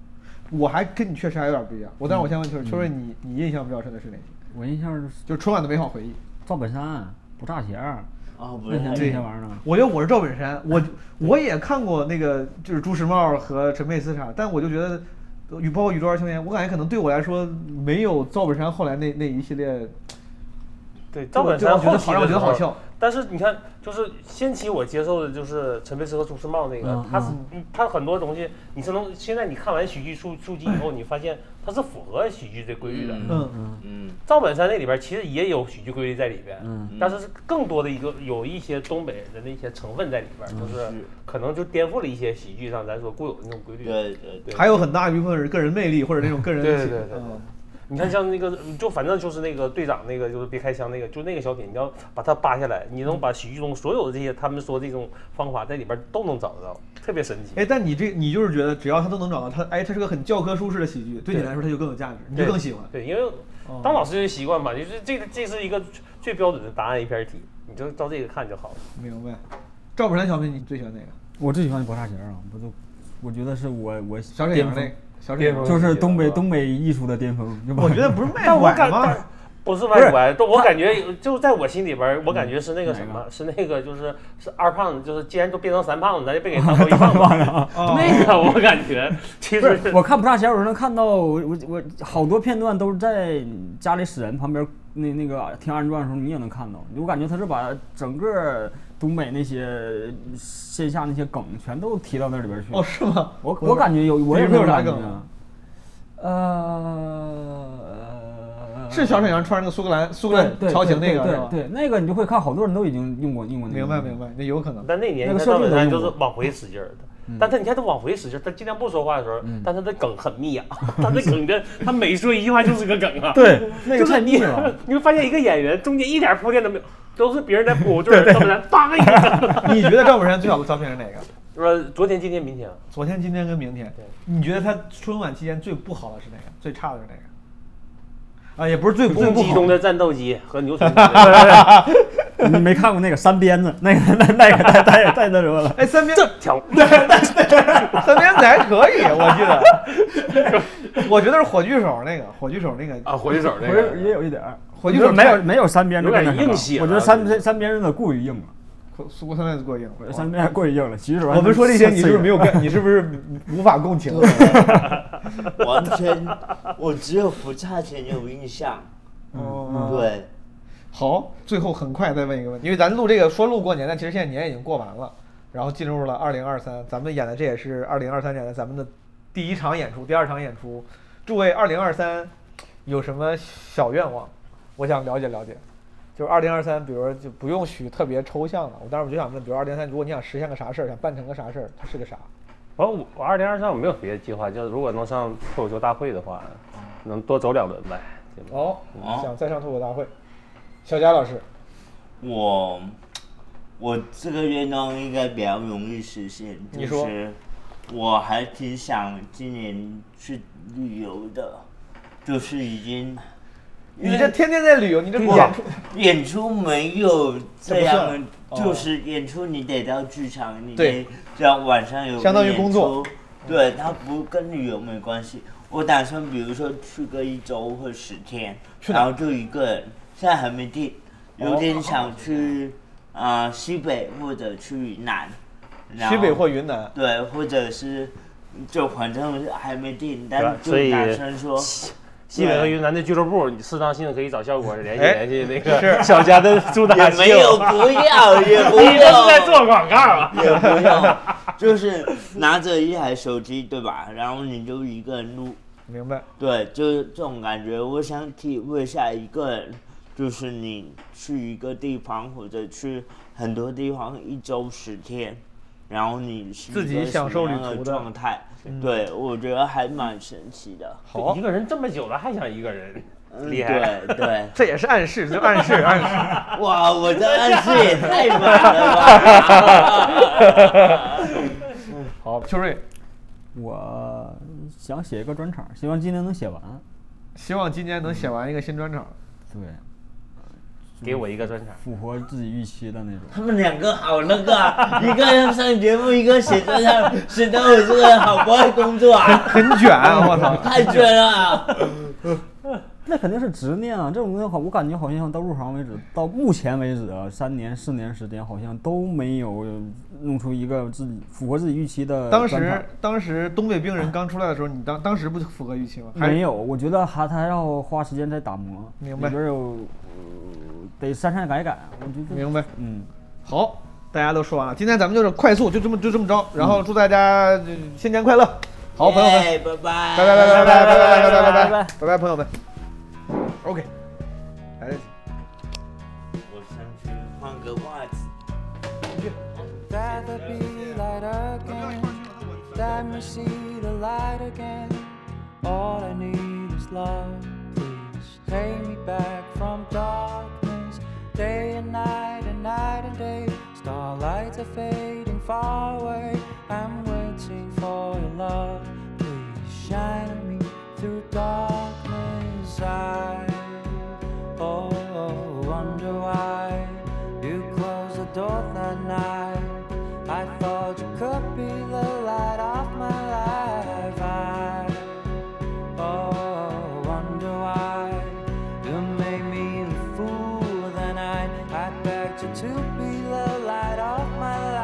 [SPEAKER 1] 我还跟你确实还有点不一样。我
[SPEAKER 4] 嗯
[SPEAKER 1] 但是我先问秋儿，秋儿你你印象比较深的是哪些？
[SPEAKER 5] 我印象就是
[SPEAKER 1] 就是春晚的美好回忆。
[SPEAKER 5] 赵本山不炸鞋儿，
[SPEAKER 3] 哦，不是
[SPEAKER 5] 那些
[SPEAKER 3] 那
[SPEAKER 5] 那
[SPEAKER 1] 对
[SPEAKER 5] 些玩意儿呢。
[SPEAKER 1] 我觉得我是赵本山，我我也看过那个就是朱时茂和陈佩斯啥，但我就觉得与包括宇宙二青年，我感觉可能对我来说没有赵本山后来那那一系列
[SPEAKER 4] 对，
[SPEAKER 5] 这
[SPEAKER 4] 赵
[SPEAKER 5] 个
[SPEAKER 4] 本
[SPEAKER 5] 这个
[SPEAKER 4] 山后
[SPEAKER 5] 我觉得好
[SPEAKER 4] 期
[SPEAKER 5] 让
[SPEAKER 4] 的
[SPEAKER 5] 我觉
[SPEAKER 4] 时
[SPEAKER 5] 得
[SPEAKER 4] 候
[SPEAKER 5] 好笑。
[SPEAKER 4] 但是你看，就是先期我接受的就是陈佩斯和朱时茂那个
[SPEAKER 5] 嗯，
[SPEAKER 4] 他是他很多东西，你是能现在你看完喜剧数数据以后，你发现它是符合喜剧的规律的。
[SPEAKER 5] 嗯嗯，
[SPEAKER 3] 嗯，
[SPEAKER 4] 赵本山那里边其实也有喜剧规律在里边，
[SPEAKER 5] 嗯
[SPEAKER 4] 但是是更多的一个有一些东北人的一些成分在里
[SPEAKER 5] 嗯
[SPEAKER 4] 边，就是
[SPEAKER 3] 是
[SPEAKER 4] 可能就颠覆了一些喜剧上咱所固有的那种规律。
[SPEAKER 3] 对对对，
[SPEAKER 1] 还有很大一部分是个人魅力或者那种个人
[SPEAKER 4] 对
[SPEAKER 1] 的
[SPEAKER 4] 对
[SPEAKER 1] 气
[SPEAKER 4] 对对
[SPEAKER 1] 嗯
[SPEAKER 4] 你看，像那个，就反正就是那个队长，那个就是别开枪那个，就那个小品，你要把它扒下来，你能把喜剧中所有的这些他们说这种方法在里边都能找得到，特别神奇。
[SPEAKER 1] 哎，但你这你就是觉得只要他都能找到他，哎，他是个很教科书式的喜剧，对你
[SPEAKER 4] 对
[SPEAKER 1] 来说他就更有价值，你
[SPEAKER 4] 对
[SPEAKER 1] 就更喜欢。
[SPEAKER 4] 对，因为当老师就习惯嘛，就是这个这是一个最标准的答案一篇题，你就照这个看就好了。
[SPEAKER 1] 明白。赵本山小品你最喜欢哪个？
[SPEAKER 5] 我最喜欢薄纱鞋啊，我都我觉得是我我
[SPEAKER 1] 小沈阳那个，小沈
[SPEAKER 4] 巅
[SPEAKER 1] 阳
[SPEAKER 4] 峰。
[SPEAKER 5] 就是东北东北艺术的巅峰，对吧
[SPEAKER 1] 我觉 得不是卖
[SPEAKER 4] 但我
[SPEAKER 1] 拐
[SPEAKER 4] 感
[SPEAKER 1] 吗？
[SPEAKER 4] 但不是外拐，但我感觉就在我心里边儿，我感觉是那个
[SPEAKER 5] 哪
[SPEAKER 4] 什
[SPEAKER 5] 个
[SPEAKER 4] 么，是那个就是是二胖子，就是既然都变成三胖子，咱就别给他多一胖子。
[SPEAKER 1] 哦
[SPEAKER 4] 那个我感觉其
[SPEAKER 5] 啊不
[SPEAKER 4] 实
[SPEAKER 5] 是，我看不大前，我能看到我我我好多片段都是在家里死人旁边那那个听二人转的时候，你也能看到。我感觉他是把整个东北那些线下那些梗全都提到那里边去。
[SPEAKER 1] 哦，是吗？
[SPEAKER 5] 我我感觉有，我也
[SPEAKER 1] 比如
[SPEAKER 5] 没
[SPEAKER 1] 说有啥
[SPEAKER 5] 感觉
[SPEAKER 1] 梗
[SPEAKER 5] 啊
[SPEAKER 1] 啊？
[SPEAKER 5] 呃，
[SPEAKER 1] 是小沈阳穿那个苏格兰苏格兰
[SPEAKER 5] 对
[SPEAKER 1] 朝廷那个
[SPEAKER 5] 对
[SPEAKER 1] 是吧？
[SPEAKER 5] 对对，那个你就会看，好多人都已经用过用过那个。
[SPEAKER 1] 明白明。白，那有可能。
[SPEAKER 4] 但那年
[SPEAKER 5] 那
[SPEAKER 4] 你
[SPEAKER 5] 个
[SPEAKER 4] 看
[SPEAKER 5] 设
[SPEAKER 4] 赵本
[SPEAKER 5] 定都
[SPEAKER 4] 山
[SPEAKER 5] 用嗯
[SPEAKER 4] 就是
[SPEAKER 5] 过
[SPEAKER 4] 往回使劲儿的，但他你看他往回使劲儿，他尽量不说话的时候，
[SPEAKER 5] 嗯
[SPEAKER 4] 但他的梗很密啊， 他的梗的他每说一句话就是个梗啊。
[SPEAKER 5] 对， 那个
[SPEAKER 4] 就是
[SPEAKER 5] 太
[SPEAKER 4] 你
[SPEAKER 5] 腻了。，
[SPEAKER 4] 你会发现一个演员中间一点铺垫都没有，都是 别人在补，就是赵本山叭一 下。
[SPEAKER 1] 你觉得赵本山最好的小品是 哪个？
[SPEAKER 4] 说昨天、今天、明天啊，
[SPEAKER 1] 昨天、今天跟明天
[SPEAKER 4] 对，
[SPEAKER 1] 你觉得他春晚期间最不好的是哪个？最差的是哪个？啊，也不是最不
[SPEAKER 4] 公
[SPEAKER 1] 不
[SPEAKER 4] 鸡中
[SPEAKER 1] 好，
[SPEAKER 4] 的战斗机和牛群。
[SPEAKER 5] 你没看过那个三鞭子，那个那那个太太太那什么了。
[SPEAKER 1] 哎，三边
[SPEAKER 4] 这条
[SPEAKER 1] 三边子还可 以，我记得，我觉得是火炬手那个，火炬手 那个，
[SPEAKER 4] 啊，火炬手那
[SPEAKER 5] 我也
[SPEAKER 4] 个
[SPEAKER 5] 也有一点 儿，
[SPEAKER 1] 火
[SPEAKER 5] 就
[SPEAKER 1] 炬
[SPEAKER 5] 是
[SPEAKER 1] 手
[SPEAKER 5] 没有
[SPEAKER 1] 太
[SPEAKER 5] 没有三鞭子
[SPEAKER 4] 有点
[SPEAKER 5] 那什么
[SPEAKER 4] 硬气了
[SPEAKER 1] 啊
[SPEAKER 5] 我觉得三三三鞭子有点过于硬了，
[SPEAKER 1] 苏国三鞭子过硬。
[SPEAKER 5] 三鞭子过于硬了。其实
[SPEAKER 1] 我们说这些，你是不是没
[SPEAKER 5] 有？
[SPEAKER 1] 有 跟？你是不是无法共情？
[SPEAKER 3] 完全我只有不差钱有印象，
[SPEAKER 5] 嗯
[SPEAKER 1] 哦，
[SPEAKER 3] 对，
[SPEAKER 1] 好，最后很快再问一个问题，因为咱录这个说录过年，但其实现在年已经过完了，然后进入了二零二三，咱们演的这也是二零二三年的咱们的第一场演出，第二场演出。诸位，二零二三有什么小愿望？我想了解了解。就是二零二三，比如说就不用许特别抽象了。我当时我就想问，比如二零二三，如果你想实现个啥事儿，想办成个啥事儿，它是个啥？
[SPEAKER 4] 完，我我二零二三我没有别的计划，就是如果能上脱口秀大会的话，能多走两轮呗。
[SPEAKER 1] 哦
[SPEAKER 3] 哦，
[SPEAKER 1] 想再上脱口大会。小佳老师，
[SPEAKER 3] 我我这个愿望应该比较容易实现，
[SPEAKER 1] 你
[SPEAKER 3] 就
[SPEAKER 1] 说
[SPEAKER 3] 是我还挺想今年去旅游的，就是已经因
[SPEAKER 1] 你
[SPEAKER 3] 为
[SPEAKER 1] 这天天在旅游，你这
[SPEAKER 3] 我
[SPEAKER 1] 演出
[SPEAKER 3] 演出没有这
[SPEAKER 1] 这
[SPEAKER 3] 样
[SPEAKER 1] 不，算
[SPEAKER 3] 就是演出你得到剧场，你
[SPEAKER 1] 对
[SPEAKER 3] 得这样晚上有个
[SPEAKER 1] 相当于工作
[SPEAKER 3] 演出，对，它不跟旅游没关系。我打算比如说去个一周或十天，
[SPEAKER 1] 去哪
[SPEAKER 3] 然后就一个人，现在还没定，有点想去啊、呃西北或者去云南，然后
[SPEAKER 1] 哦西北或云南。
[SPEAKER 3] 对，或者是就反正还没定，但
[SPEAKER 4] 啊所
[SPEAKER 3] 就
[SPEAKER 4] 以
[SPEAKER 3] 打算 说。
[SPEAKER 4] 西北和云南的俱乐部，你适当性的可以找效果联系
[SPEAKER 1] 哎
[SPEAKER 4] 联系那个
[SPEAKER 1] 是
[SPEAKER 4] 小家的主打
[SPEAKER 3] 也
[SPEAKER 4] 秀
[SPEAKER 3] 没 有，不要，也不要。
[SPEAKER 4] 你这是在做广告啊！
[SPEAKER 3] 也不用，就是拿着一台手机，对吧？然后你就一个人录，
[SPEAKER 1] 明白。
[SPEAKER 3] 对，就是这种感觉。我想体会一下一个人，就是你去一个地方或者去很多地方一周十天，然后你是一个
[SPEAKER 1] 自己享受
[SPEAKER 3] 什么样
[SPEAKER 1] 旅途的
[SPEAKER 3] 状态，对我觉得还蛮神奇的。
[SPEAKER 1] 好
[SPEAKER 4] 一，个人这么久了还想一个人，
[SPEAKER 3] 嗯
[SPEAKER 4] 厉害！
[SPEAKER 3] 对对，
[SPEAKER 1] 这也是暗示，就暗示暗示。
[SPEAKER 3] 哇，我的暗示也太满了吧！
[SPEAKER 1] 好，秋瑞，
[SPEAKER 5] 我想写一个专场，希望今年能写完。
[SPEAKER 1] 希望今年能写完一个新专场。
[SPEAKER 5] 对，
[SPEAKER 4] 给我一个专场。
[SPEAKER 5] 符合自己预期的那种。
[SPEAKER 3] 他们两个好那个啊， 一个要上节目，一个 写作上，显得我这个人好不爱工作啊，
[SPEAKER 1] 很卷啊！我操！
[SPEAKER 3] 太卷了啊。
[SPEAKER 5] 那肯定是执念啊，这种东西好，我感觉好像到入行为止，到目前为止啊，三年四年时间，好像都没有弄出一个自己符合自己预期的
[SPEAKER 1] 当
[SPEAKER 5] 专场。
[SPEAKER 1] 时当时东北病人刚出来的时候，你当当时不符合预期吗？还
[SPEAKER 5] 没有，我觉得还他要花时间再打磨。
[SPEAKER 1] 明白
[SPEAKER 5] 里边有、呃得删删改改。我觉得，
[SPEAKER 1] 明白。
[SPEAKER 5] 嗯，
[SPEAKER 1] 好，大家都说完了，今天咱们就是快速，就这么就这么着，然后祝大家呃新年快乐。好，朋友们，
[SPEAKER 6] 耶，拜拜，
[SPEAKER 1] 拜拜拜拜拜拜拜拜拜拜
[SPEAKER 5] 拜拜
[SPEAKER 1] 拜拜，朋友们。OK，来这。
[SPEAKER 6] 我上去换个袜子。
[SPEAKER 3] rather be light again than we see the light again. All I need is love, please take me back from darkness, day and night and night and day. Starlights are fading far away. I'm waiting for your love, please shine on me through darkness. I oh, wonder why you closed the door that night. I thought you could be the light of my life. I oh, wonder why you made me the fool that night. I begged you to be the light of my life.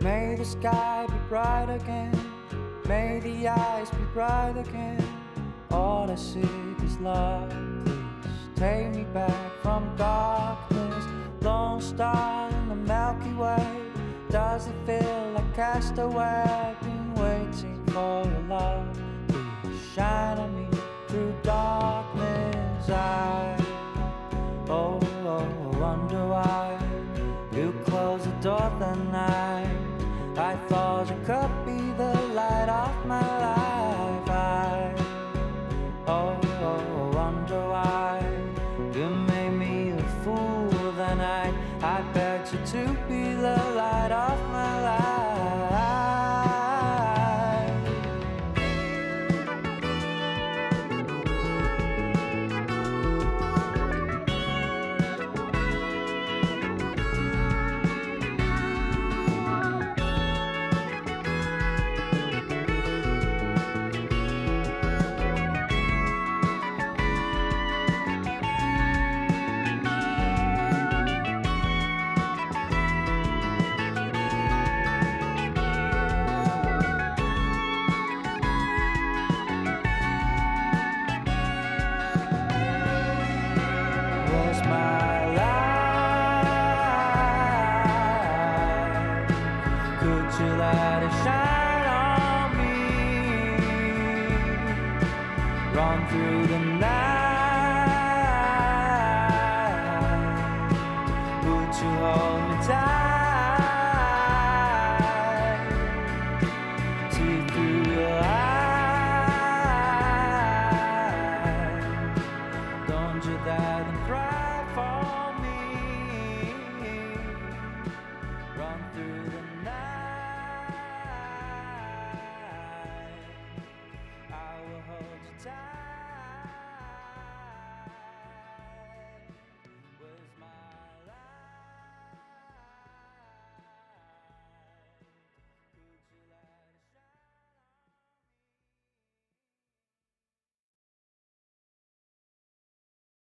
[SPEAKER 3] May the sky be bright again. May the eyes be bright again. All I seek is love. Please take me back from darkness. Lone star in the Milky Way. Does it feel like castaway? I've been waiting for your love. Please shine on me through darkness. I Oh, oh, wonder why you closed the door that night. I thought you could be the light of my life. I, oh, oh, wonder why you made me a fool that night. I begged you to be the light of my life. was my life. Could you let it shine on me? Run through the night.